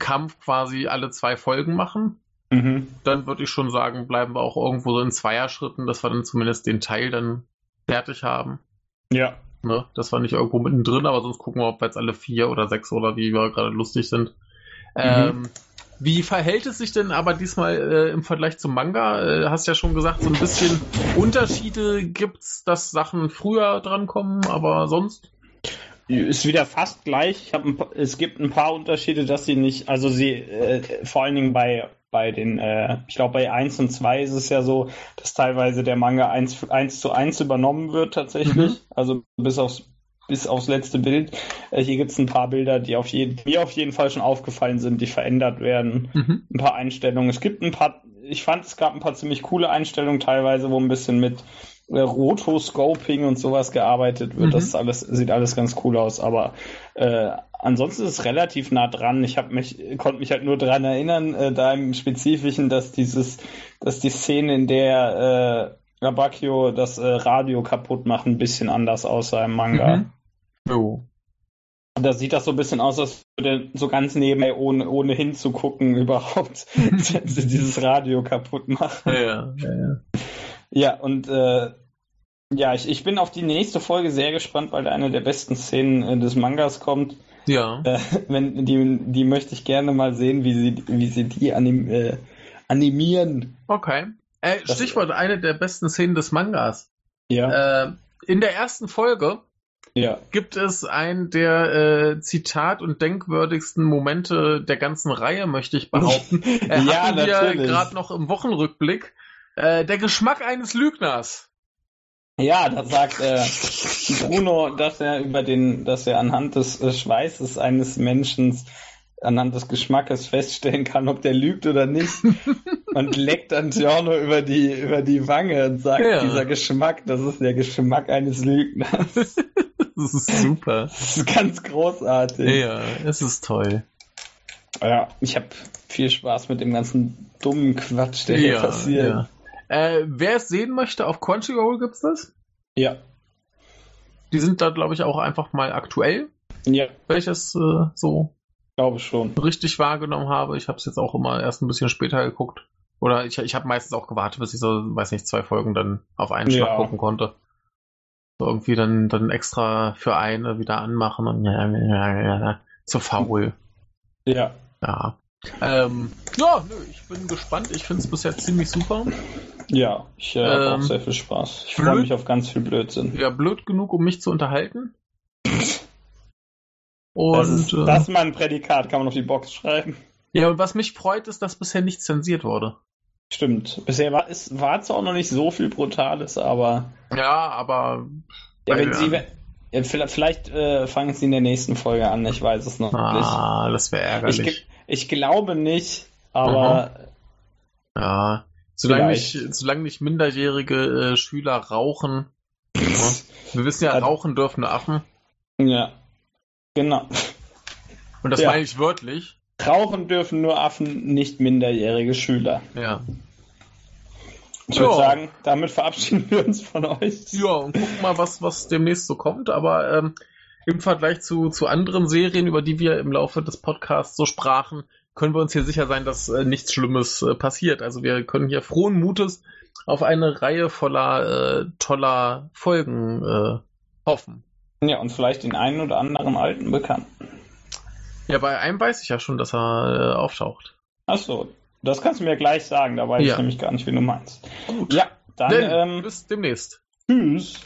[SPEAKER 2] Kampf quasi alle zwei Folgen machen,
[SPEAKER 1] Mhm.
[SPEAKER 2] dann würde ich schon sagen, bleiben wir auch irgendwo so in Zweierschritten, dass wir dann zumindest den Teil dann fertig haben.
[SPEAKER 1] Ja,
[SPEAKER 2] Ne? Das war nicht irgendwo mittendrin, aber sonst gucken wir, ob wir jetzt alle vier oder sechs oder wie wir gerade lustig sind. Ähm, wie verhält es sich denn aber diesmal äh, im Vergleich zum Manga? Äh, hast ja schon gesagt, so ein bisschen Unterschiede gibt's, dass Sachen früher drankommen, aber sonst?
[SPEAKER 1] ist wieder fast gleich. Ich hab ein, pa- es gibt ein paar Unterschiede, dass sie nicht, also sie, äh, vor allen Dingen bei, bei den, äh, ich glaube bei 1 und 2 ist es ja so, dass teilweise der Manga 1, 1 zu 1 übernommen wird tatsächlich.
[SPEAKER 2] Mhm.
[SPEAKER 1] Also bis aufs bis aufs letzte Bild. Äh, hier gibt es ein paar Bilder, die auf jeden, mir auf jeden Fall schon aufgefallen sind, die verändert werden.
[SPEAKER 2] Mhm.
[SPEAKER 1] ein paar Einstellungen. Es gibt ein paar, ich fand, es gab ein paar ziemlich coole Einstellungen teilweise, wo ein bisschen mit äh, Rotoscoping und sowas gearbeitet wird.
[SPEAKER 2] Mhm.
[SPEAKER 1] Das ist alles, sieht alles ganz cool aus, aber äh, ansonsten ist es relativ nah dran. Ich habe mich, konnte mich halt nur daran erinnern, äh, da im Spezifischen, dass dieses, dass die Szene, in der äh, Abakio das äh, Radio kaputt macht, ein bisschen anders aussah im Manga.
[SPEAKER 2] Mhm. Jo.
[SPEAKER 1] Da sieht das so ein bisschen aus, als würde so ganz nebenbei, ohne, ohne hinzugucken, überhaupt dieses Radio kaputt machen.
[SPEAKER 2] Ja, ja, ja.
[SPEAKER 1] Ja, und äh, ja, ich, ich bin auf die nächste Folge sehr gespannt, weil da eine der besten Szenen äh, des Mangas kommt.
[SPEAKER 2] ja.
[SPEAKER 1] Äh, wenn, die, die möchte ich gerne mal sehen, wie sie, wie sie die anim, äh, animieren.
[SPEAKER 2] Okay. Äh,
[SPEAKER 1] Das-
[SPEAKER 2] Stichwort, eine der besten Szenen des Mangas.
[SPEAKER 1] Ja,
[SPEAKER 2] Äh, in der ersten Folge Äh,
[SPEAKER 1] ja.
[SPEAKER 2] gibt es einen der äh, Zitat- und denkwürdigsten Momente der ganzen Reihe, möchte ich behaupten. Äh,
[SPEAKER 1] Ja,
[SPEAKER 2] hatten wir
[SPEAKER 1] natürlich.
[SPEAKER 2] gerade noch im Wochenrückblick. Äh, der Geschmack eines Lügners.
[SPEAKER 1] Ja, da sagt äh, Bruno, dass er über den, dass er anhand des äh, Schweißes eines Menschen, anhand des Geschmackes feststellen kann, ob der lügt oder nicht. Und leckt Antiano über die, über die Wange und sagt,
[SPEAKER 2] Ja.
[SPEAKER 1] dieser Geschmack, das ist der Geschmack eines Lügners.
[SPEAKER 2] Das ist super.
[SPEAKER 1] Das ist ganz großartig.
[SPEAKER 2] Ja, es ist toll.
[SPEAKER 1] Ja, ich habe viel Spaß mit dem ganzen dummen Quatsch, der hier
[SPEAKER 2] Ja,
[SPEAKER 1] passiert.
[SPEAKER 2] ja. Äh, wer es sehen möchte, auf Crunchyroll gibt's das.
[SPEAKER 1] Ja,
[SPEAKER 2] Die sind da, glaube ich, auch einfach mal aktuell,
[SPEAKER 1] ja,
[SPEAKER 2] wenn ich das äh, so
[SPEAKER 1] glaube schon.
[SPEAKER 2] richtig wahrgenommen habe. Ich habe es jetzt auch immer erst ein bisschen später geguckt. Oder ich, ich habe meistens auch gewartet, bis ich so, weiß nicht, zwei Folgen dann auf einen Schlag
[SPEAKER 1] Ja.
[SPEAKER 2] gucken konnte. So irgendwie dann, dann extra für eine wieder anmachen und ja, ja, ja, ja, ja, zu faul.
[SPEAKER 1] Ja.
[SPEAKER 2] Ja. Ähm, ja, nö, ich bin gespannt. Ich finde es bisher ziemlich super.
[SPEAKER 1] Ja, ich äh, habe
[SPEAKER 2] Ähm,
[SPEAKER 1] auch sehr viel Spaß. Ich
[SPEAKER 2] blöd-
[SPEAKER 1] freue mich auf ganz viel Blödsinn.
[SPEAKER 2] Ja, blöd genug, um mich zu unterhalten. Und,
[SPEAKER 1] das ist,
[SPEAKER 2] äh,
[SPEAKER 1] das ist mal ein Prädikat, kann man auf die Box schreiben.
[SPEAKER 2] ja, und was mich freut, ist, dass bisher nichts zensiert wurde.
[SPEAKER 1] Stimmt. Bisher war es war zwar auch noch nicht so viel Brutales, aber
[SPEAKER 2] Ja, aber
[SPEAKER 1] ja, wenn
[SPEAKER 2] Ja.
[SPEAKER 1] Sie, wenn- ja, vielleicht, vielleicht äh, fangen Sie in der nächsten Folge an, ich weiß es noch
[SPEAKER 2] ah, das wäre
[SPEAKER 1] nicht.
[SPEAKER 2] ärgerlich.
[SPEAKER 1] Ich, ge- ich glaube nicht, aber
[SPEAKER 2] Ja, solange
[SPEAKER 1] Vielleicht.
[SPEAKER 2] nicht, solange nicht minderjährige äh, Schüler rauchen. Ja. Wir wissen ja,
[SPEAKER 1] Also-
[SPEAKER 2] rauchen dürfen nur Affen. Mhm.
[SPEAKER 1] ja. Genau.
[SPEAKER 2] Und das
[SPEAKER 1] Ja.
[SPEAKER 2] meine ich wörtlich.
[SPEAKER 1] Rauchen dürfen nur Affen, nicht minderjährige Schüler.
[SPEAKER 2] Ja.
[SPEAKER 1] Ich würde
[SPEAKER 2] Ja.
[SPEAKER 1] sagen, damit verabschieden wir uns von euch.
[SPEAKER 2] Ja, und gucken mal, was, was demnächst so kommt. Aber ähm, im Vergleich zu, zu anderen Serien, über die wir im Laufe des Podcasts so sprachen, können wir uns hier sicher sein, dass äh, nichts Schlimmes äh, passiert. Also wir können hier frohen Mutes auf eine Reihe voller äh, toller Folgen äh, hoffen.
[SPEAKER 1] Ja, und vielleicht den einen oder anderen alten Bekannten.
[SPEAKER 2] Ja, bei einem weiß ich ja schon, dass er äh, auftaucht.
[SPEAKER 1] Achso, das kannst du mir gleich sagen, da weiß
[SPEAKER 2] Ja.
[SPEAKER 1] ich nämlich gar nicht, wen du meinst.
[SPEAKER 2] Gut.
[SPEAKER 1] Ja, dann
[SPEAKER 2] Denn,
[SPEAKER 1] ähm,
[SPEAKER 2] bis demnächst.
[SPEAKER 1] tschüss.